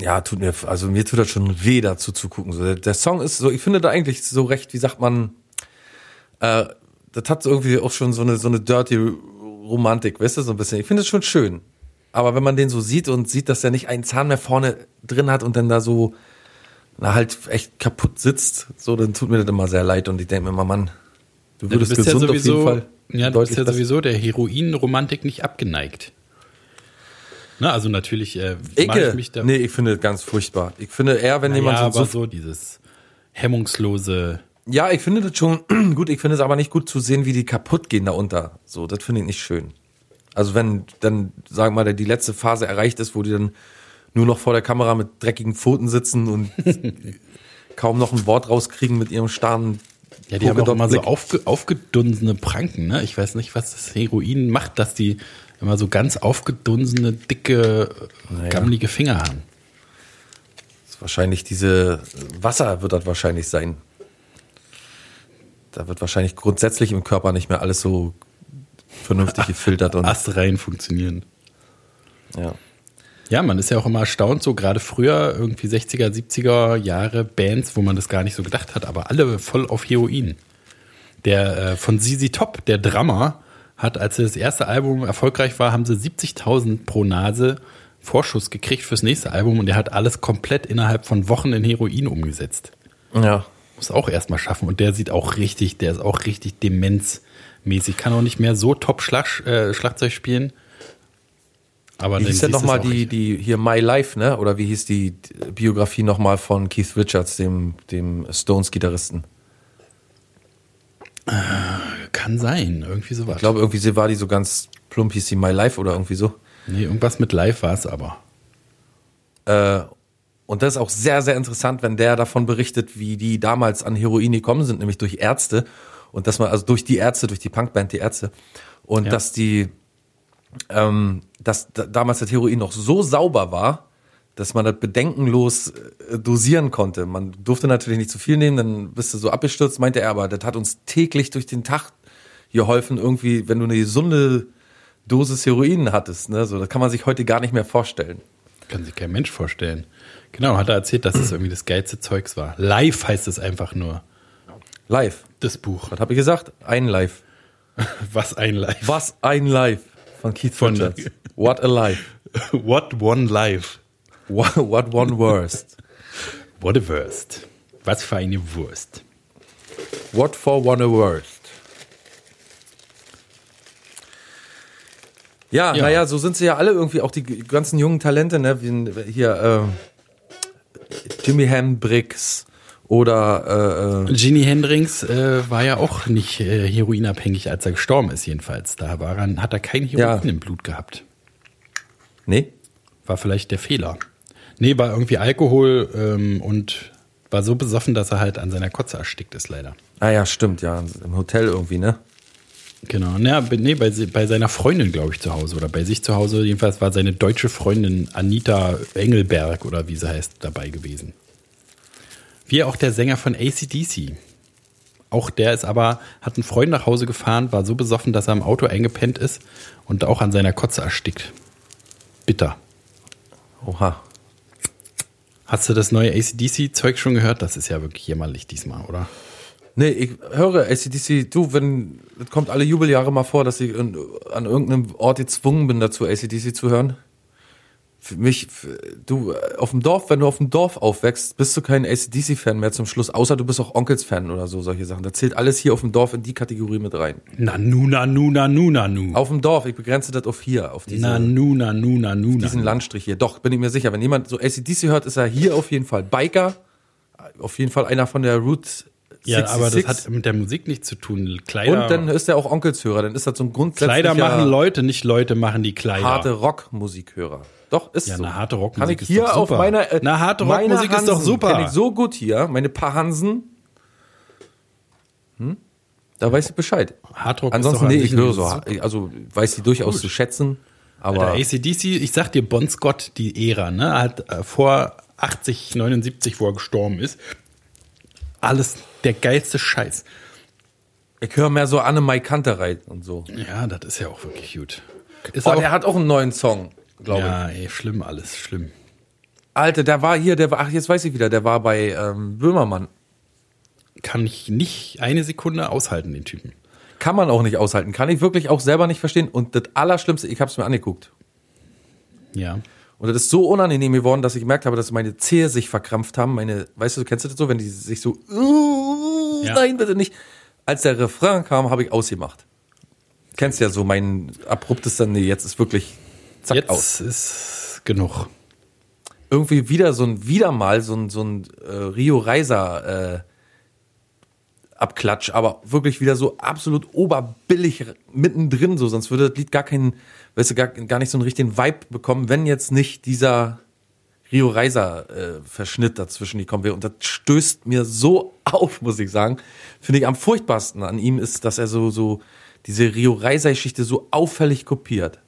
Ja, tut mir, also mir tut das schon weh, dazu zu gucken. So, der, der Song ist so, ich finde da eigentlich so recht, wie sagt man, äh, das hat so irgendwie auch schon so eine, so eine dirty Romantik, weißt du, so ein bisschen. Ich finde es schon schön. Aber wenn man den so sieht und sieht, dass er nicht einen Zahn mehr vorne drin hat und dann da so, na halt echt kaputt sitzt, so, dann tut mir das immer sehr leid und ich denke mir immer, Mann, du würdest gesund auf jeden Fall. Ja, du bist deutlich ja besser- sowieso der Heroinromantik nicht abgeneigt. Na, also natürlich äh, mach Ecke. ich mich da. nee, ich finde das ganz furchtbar. Ich finde eher, wenn jemand ja, so, aber so so dieses hemmungslose. Ja, ich finde das schon gut. Ich finde es aber nicht gut zu sehen, wie die kaputt gehen da unter. So, das finde ich nicht schön. Also wenn dann, sagen wir mal, die letzte Phase erreicht ist, wo die dann nur noch vor der Kamera mit dreckigen Pfoten sitzen und kaum noch ein Wort rauskriegen mit ihrem starren Ja, die haben auch hochgedoppten immer so Blick. aufge, aufgedunsene Pranken, ne? Ich weiß nicht, was das Heroin macht, dass die immer so ganz aufgedunsene, dicke, Naja. gammelige Finger haben. Das ist Wahrscheinlich diese äh, Wasser wird das wahrscheinlich sein. Da wird wahrscheinlich grundsätzlich im Körper nicht mehr alles so vernünftig gefiltert und Astrein funktionieren. ja. Ja, man ist ja auch immer erstaunt, so gerade früher, irgendwie 60er, 70er Jahre Bands, wo man das gar nicht so gedacht hat, aber alle voll auf Heroin. Der äh, von ZZ Top, der Drummer, hat, als das erste Album erfolgreich war, haben sie 70.000 pro Nase Vorschuss gekriegt fürs nächste Album und der hat alles komplett innerhalb von Wochen in Heroin umgesetzt. ja. Muss auch erstmal schaffen und der sieht auch richtig, der ist auch richtig demenzmäßig, kann auch nicht mehr so top Schlag, äh, Schlagzeug spielen. Aber Wie dann hieß denn siehst du's nochmal auch die, richtig. die hier My Life, ne? Oder wie hieß die Biografie nochmal von Keith Richards, dem, dem Stones-Gitarristen? Kann sein, irgendwie sowas. Ich glaube, irgendwie sie war die so ganz plump, hieß die My Life oder irgendwie so. nee, irgendwas mit live war es aber. Äh, und das ist auch sehr, sehr interessant, wenn der davon berichtet, wie die damals an Heroin gekommen sind, nämlich durch Ärzte. Und dass man, also durch die Ärzte, durch die Punkband, die Ärzte. Und Ja. dass die, ähm, dass da, damals das Heroin noch so sauber war, dass man das bedenkenlos äh, dosieren konnte. Man durfte natürlich nicht zu viel nehmen, dann bist du so abgestürzt, meinte er, aber das hat uns täglich durch den Tag geholfen, irgendwie, wenn du eine gesunde Dosis Heroin hattest, ne, so, das kann man sich heute gar nicht mehr vorstellen. Kann sich kein Mensch vorstellen. Genau, hat er erzählt, dass es irgendwie das geilste Zeugs war. Live heißt es einfach nur. Live. Das Buch. Was habe ich gesagt? Ein Live. Was ein Live. Was ein Live von Keith Von- Richards. What a life. What one life. What, what one worst. What a worst. Was für eine Wurst. What for one a worst. Ja, Ja. naja, so sind sie ja alle irgendwie, auch die g- ganzen jungen Talente, ne? Wie, hier, äh, Jimi Hendrix oder äh, äh, Ginny Hendricks äh, war ja auch nicht äh, heroinabhängig, als er gestorben ist, jedenfalls. Da war er, hat er kein Heroin Ja. im Blut gehabt. nee, War vielleicht der Fehler. Nee, war irgendwie Alkohol ähm, und war so besoffen, dass er halt an seiner Kotze erstickt ist, leider. ah ja, stimmt, ja, im Hotel irgendwie, ne? Genau, ja, be- nee, bei, se- bei seiner Freundin, glaube ich, zu Hause oder bei sich zu Hause. Jedenfalls war seine deutsche Freundin Anita Engelberg oder wie sie heißt, dabei gewesen. Wie auch der Sänger von ACDC. Auch der ist aber, hat einen Freund nach Hause gefahren, war so besoffen, dass er im Auto eingepennt ist und auch an seiner Kotze erstickt. Bitter. Oha. Hast du das neue ACDC-Zeug schon gehört? Das ist ja wirklich jämmerlich diesmal, oder? Nee, ich höre ACDC, du, wenn, es kommt alle Jubeljahre mal vor, dass ich in, an irgendeinem Ort gezwungen bin, dazu ACDC zu hören. Für mich, für, du, äh, auf dem Dorf, wenn du auf dem Dorf aufwächst, bist du kein ACDC-Fan mehr zum Schluss, außer du bist auch Onkels-Fan oder so, solche Sachen. Da zählt alles hier auf dem Dorf in die Kategorie mit rein. Nanu, nanu, nanu, nanu. Auf dem Dorf, ich begrenze das auf hier, auf diese, Nanu, nanu, nanu, diesen nanu. Landstrich hier. Doch, bin ich mir sicher, wenn jemand so ACDC hört, ist er hier auf jeden Fall Biker, auf jeden Fall einer von der Root Ja, aber das 66. hat mit der Musik nichts zu tun. Kleider, Und dann ist er auch Onkelshörer, dann ist er so ein grundsätzlicher Kleider machen Leute, nicht Leute machen die Kleider. harte Rockmusikhörer. Doch, ist Ja, so. eine harte Kann Rockmusik ich hier ist doch auf super. meiner äh, eine harte meine Rockmusik ist doch Hansen super. Kenn ich so gut hier, meine paar Hansen. Hm? Da weiß ich Bescheid. Hardrock ist Ansonsten doch an nee, sich ich höre so, super. also weiß die durchaus zu schätzen, aber Alter, ACDC, ich sag dir, Bon Scott, die Ära, ne, hat äh, vor 80, 79, wo er gestorben ist, alles der geilste Scheiß. ich höre mehr so Annemai Kantereit und so. Ja, das ist ja auch wirklich gut. Ist Oh, auch, der hat auch einen neuen Song, glaube ich. ja, ey, schlimm alles, schlimm. Alter, der war hier, der war, ach, jetzt weiß ich wieder, der war bei ähm, Böhmermann. Kann ich nicht eine Sekunde aushalten, den Typen. Kann man auch nicht aushalten. Kann ich wirklich auch selber nicht verstehen. Und das Allerschlimmste, ich habe es mir angeguckt. Ja. Und das ist so unangenehm geworden, dass ich gemerkt habe, dass meine Zehe sich verkrampft haben. Meine, weißt du, kennst du das so, wenn die sich so, "Uh, Ja. nein, bitte nicht. Als der Refrain kam, habe ich ausgemacht. Kennst ja so mein abruptes dann, nee, jetzt ist wirklich zack Jetzt aus. ist genug. Irgendwie wieder so ein, wieder mal so ein, so ein äh, Rio Reiser äh, Abklatsch, aber wirklich wieder so absolut oberbillig mittendrin so, sonst würde das Lied gar keinen, weißt du, gar, gar nicht so einen richtigen Vibe bekommen, wenn jetzt nicht dieser Rio Reiser äh, Verschnitt dazwischen gekommen wäre. Und das stößt mir so auf, muss ich sagen. Finde ich am furchtbarsten an ihm ist, dass er so, so diese Rio Reiser Geschichte so auffällig kopiert.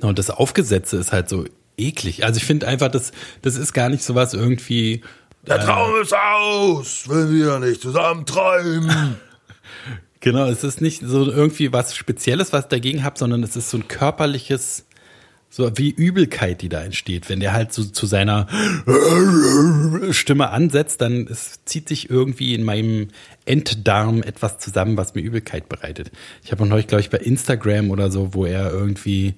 Ja, Und das Aufgesetzte ist halt so eklig. Also ich finde einfach, das, das ist gar nicht sowas irgendwie, Der Traum ist aus, wenn wir nicht zusammen träumen. Genau, es ist nicht so irgendwie was Spezielles, was ich dagegen habe, sondern es ist so ein körperliches, so wie Übelkeit, die da entsteht. Wenn der halt so zu seiner Stimme ansetzt, dann es zieht sich irgendwie in meinem Enddarm etwas zusammen, was mir Übelkeit bereitet. Ich habe noch neulich, glaube ich, bei Instagram oder so, wo er irgendwie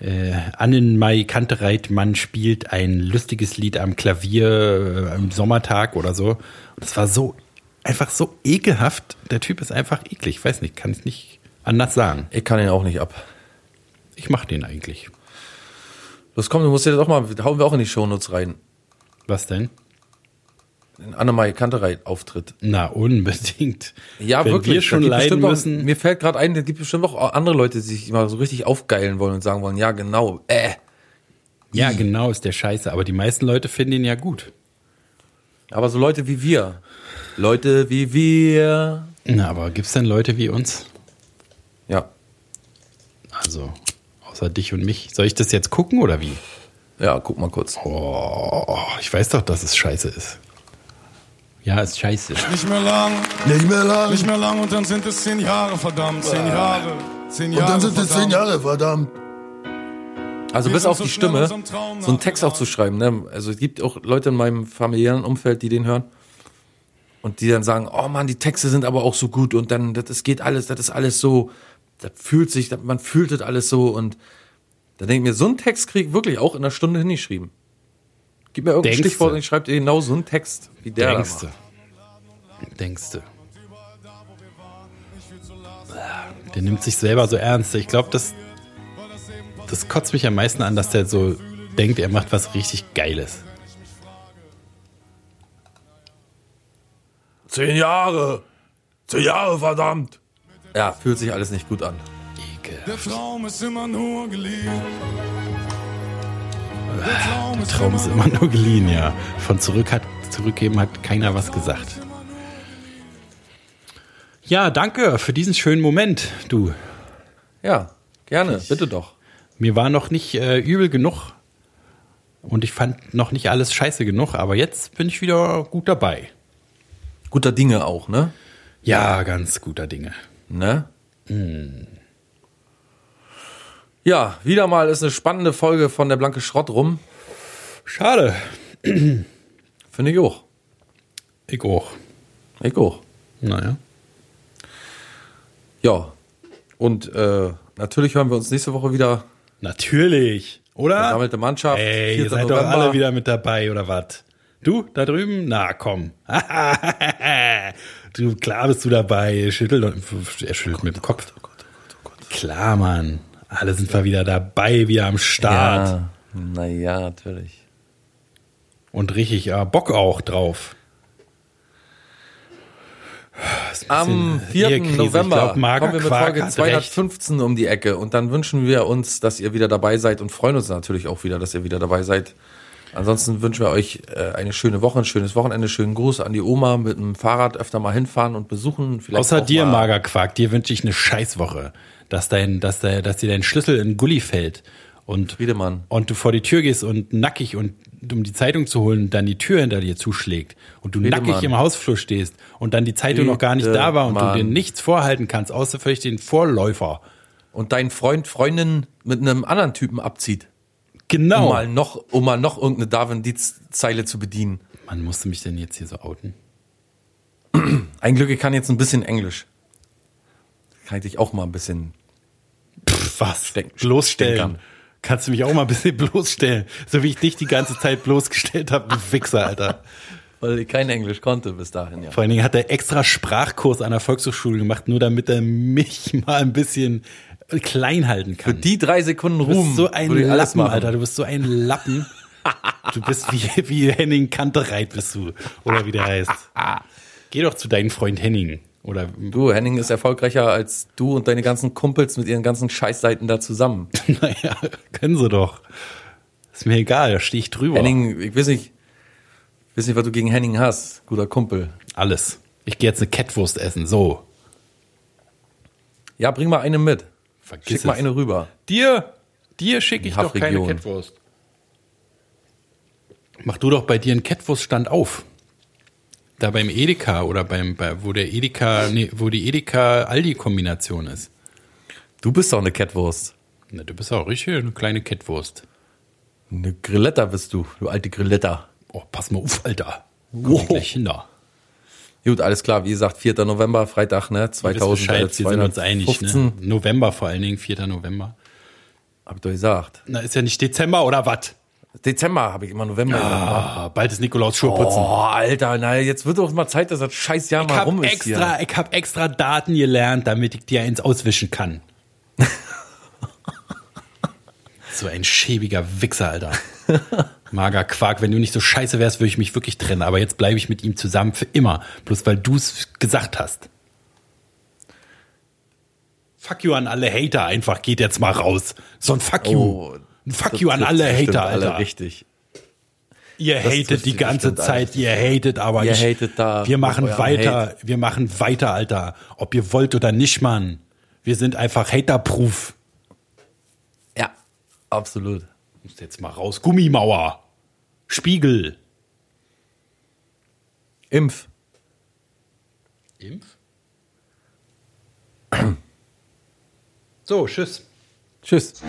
äh, Annenmai Kantereitmann spielt ein lustiges Lied am Klavier äh, am Sommertag oder so. Und das war so einfach so ekelhaft. Der Typ ist einfach eklig. Ich weiß nicht, kann es nicht anders sagen. Ich kann ihn auch nicht ab. Ich mache den eigentlich. Los komm, du musst dir das auch mal, hauen wir auch in die Shownotes rein. Was denn? Ein Annemarie Kanterei Auftritt. Na, unbedingt. Ja, Wenn wirklich. wir schon Da gibt leiden bestimmt auch, müssen. Mir fällt gerade ein, da gibt bestimmt auch andere Leute, die sich mal so richtig aufgeilen wollen und sagen wollen, ja genau, äh. Ja, genau, ist der Scheiße. Aber die meisten Leute finden ihn ja gut. Aber so Leute wie wir. Leute wie wir. Na, aber gibt's denn Leute wie uns? Ja, Also, außer dich und mich. Soll ich das jetzt gucken oder wie? ja, guck mal kurz. Oh, ich weiß doch, dass es scheiße ist. Ja, ist scheiße. Nicht mehr lang. Nicht mehr lang. Nicht mehr lang und dann sind es zehn Jahre, verdammt. Zehn Jahre. Zehn Jahre. Und dann sind es verdammt. zehn Jahre, verdammt. Also Wir bis sind auf so die schnell Stimme, so unserem Traum einen Text auch zu schreiben. Ne? Also es gibt auch Leute in meinem familiären Umfeld, die den hören und die dann sagen, oh Mann, die Texte sind aber auch so gut und dann, das ist- geht alles, das ist alles so, das fühlt sich, das, man fühlt das alles so und da denke ich mir, so einen Text krieg ich wirklich auch in einer Stunde hingeschrieben. Gib mir irgendein Denkste. Stichwort und ich schreibe dir genau so einen Text, wie der da Denkste. macht. Denkste. Der nimmt sich selber so ernst. Ich glaube, das, das kotzt mich am meisten an, dass der so denkt, er macht was richtig Geiles. Zehn Jahre! Zehn Jahre, verdammt! Ja, fühlt sich alles nicht gut an. Ekel. Der Traum ist immer nur geliehen. Der Traum ist Traum ist immer nur geliehen, ja. Von zurück hat, zurückgeben hat keiner was gesagt. Ja, danke für diesen schönen Moment, du. Ja, gerne, bitte doch. Mir war noch nicht äh, übel genug und ich fand noch nicht alles scheiße genug, aber jetzt bin ich wieder gut dabei. Guter Dinge auch, ne? Ja, ganz guter Dinge. Ne? Ja, wieder mal ist eine spannende Folge von der blanke Schrott rum. Schade. Finde ich auch. Ich auch. Ich auch. Naja. Ja. Und äh, natürlich hören wir uns nächste Woche wieder. Natürlich. Oder? Versammelte Mannschaft, Ey, 4. ihr seid doch November. alle wieder mit dabei, oder was? Du, da drüben? Na, komm. du, klar bist du dabei. Er schüttelt, er schüttelt mit dem Oh Kopf. Klar, Mann. Alle sind mal wieder dabei, wieder am Start. Ja. Naja, natürlich. ah, Und richtig äh, Bock auch drauf. Quark. Am Sind 4. ne? Ehekrise. November Ich glaub, Mager kommen wir mit Quark Folge hat recht. 215 um die Ecke und dann wünschen wir uns, dass ihr wieder dabei seid und freuen uns natürlich auch wieder, dass ihr wieder dabei seid. Ansonsten wünschen wir euch äh, eine schöne Woche, ein schönes Wochenende, schönen Gruß an die Oma mit dem Fahrrad öfter mal hinfahren und besuchen. Vielleicht Außer auch dir, mal- Mager Quark, dir wünsche ich eine Scheißwoche, dass dein, dass dein, dass dir dein Schlüssel in Gully fällt und Friedemann. und du vor die Tür gehst und nackig und um die Zeitung zu holen, dann die Tür hinter dir zuschlägt und du Friedemann. nackig im Hausflur stehst und dann die Zeitung noch gar nicht da war und Friedemann. du dir nichts vorhalten kannst, außer vielleicht den Vorläufer. Und dein Freund, Freundin mit einem anderen Typen abzieht, um, Genau. mal noch, um mal noch irgendeine Darwin Dietz-Zeile zu bedienen. Man musste mich denn jetzt hier so outen. Ein Glück, ich kann jetzt ein bisschen Englisch. Kann ich dich auch mal ein bisschen Pff, was? Stecken- bloßstellen. Steckern. Kannst du mich auch mal ein bisschen bloßstellen? So wie ich dich die ganze Zeit bloßgestellt habe, du Wichser, Alter. Weil ich kein Englisch konnte bis dahin, ja. Vor allen Dingen hat er extra Sprachkurs an der Volkshochschule gemacht, nur damit er mich mal ein bisschen klein halten Für kann. die drei Sekunden du bist Ruhm so ein würde ich alles Lappen, machen. Alter. Du bist so ein Lappen. Du bist wie, wie Henning Kantereit bist du. Oder wie der heißt. Geh doch zu deinem Freund Henning. Oder Du, Henning ist erfolgreicher als du und deine ganzen Kumpels mit ihren ganzen Scheißseiten da zusammen. naja, können sie doch. Ist mir egal, da stehe ich drüber. Henning, ich weiß nicht, weiß nicht, was du gegen Henning hast, guter Kumpel. Alles. Ich gehe jetzt eine Kettwurst essen. So. Ja, bring mal eine mit. Vergiss Schick mal eine rüber. Dir, dir schicke Die ich doch keine Haffregion. Kettwurst. Mach du doch bei dir einen Kettwurststand auf. Da beim Edeka oder beim, bei, wo der Edeka, nee, wo die Edeka-Aldi-Kombination ist. Du bist doch eine Catwurst. Na, du bist auch richtig eine kleine Kettwurst. Eine Grilletta bist du, du alte Grilletta. Oh, pass mal auf, Alter. Komm ich gleich hin da. Gut, alles klar, wie gesagt, 4. November, Freitag, ne, Du bist Bescheid, wir sind uns einig. 2215. Ne? November vor allen Dingen, 4. November. Hab ich doch gesagt. Na, ist ja nicht Dezember oder was? Dezember habe ich immer November. genannt. Ah, bald ist Nikolaus Schurputzen. Oh, Alter, na, jetzt wird doch mal Zeit, dass das scheiß Jahr Ich mal rum habe ist hier. extra, ich hab extra Daten gelernt, damit ich dir eins auswischen kann. so ein schäbiger Wichser, Alter. Mager Quark, wenn du nicht so scheiße wärst, würde ich mich wirklich trennen. Aber jetzt bleibe ich mit ihm zusammen für immer. Bloß weil du es gesagt hast. Fuck you an alle Hater einfach. Geht jetzt mal raus. So ein Fuck you. Oh, ein Fuck das you an trifft alle bestimmt Hater, alle Alter. richtig. Ihr Das hatet trifft die sie ganze bestimmt Zeit, alles. ihr hatet aber Ihr nicht. hatet da wir machen mit eurem weiter, wir machen weiter, Alter. Ob ihr wollt oder nicht, Mann. Wir sind einfach haterproof. Ja, absolut. Muss jetzt mal raus. Gummimauer. Spiegel. Impf. Impf? So, tschüss. Tschüss.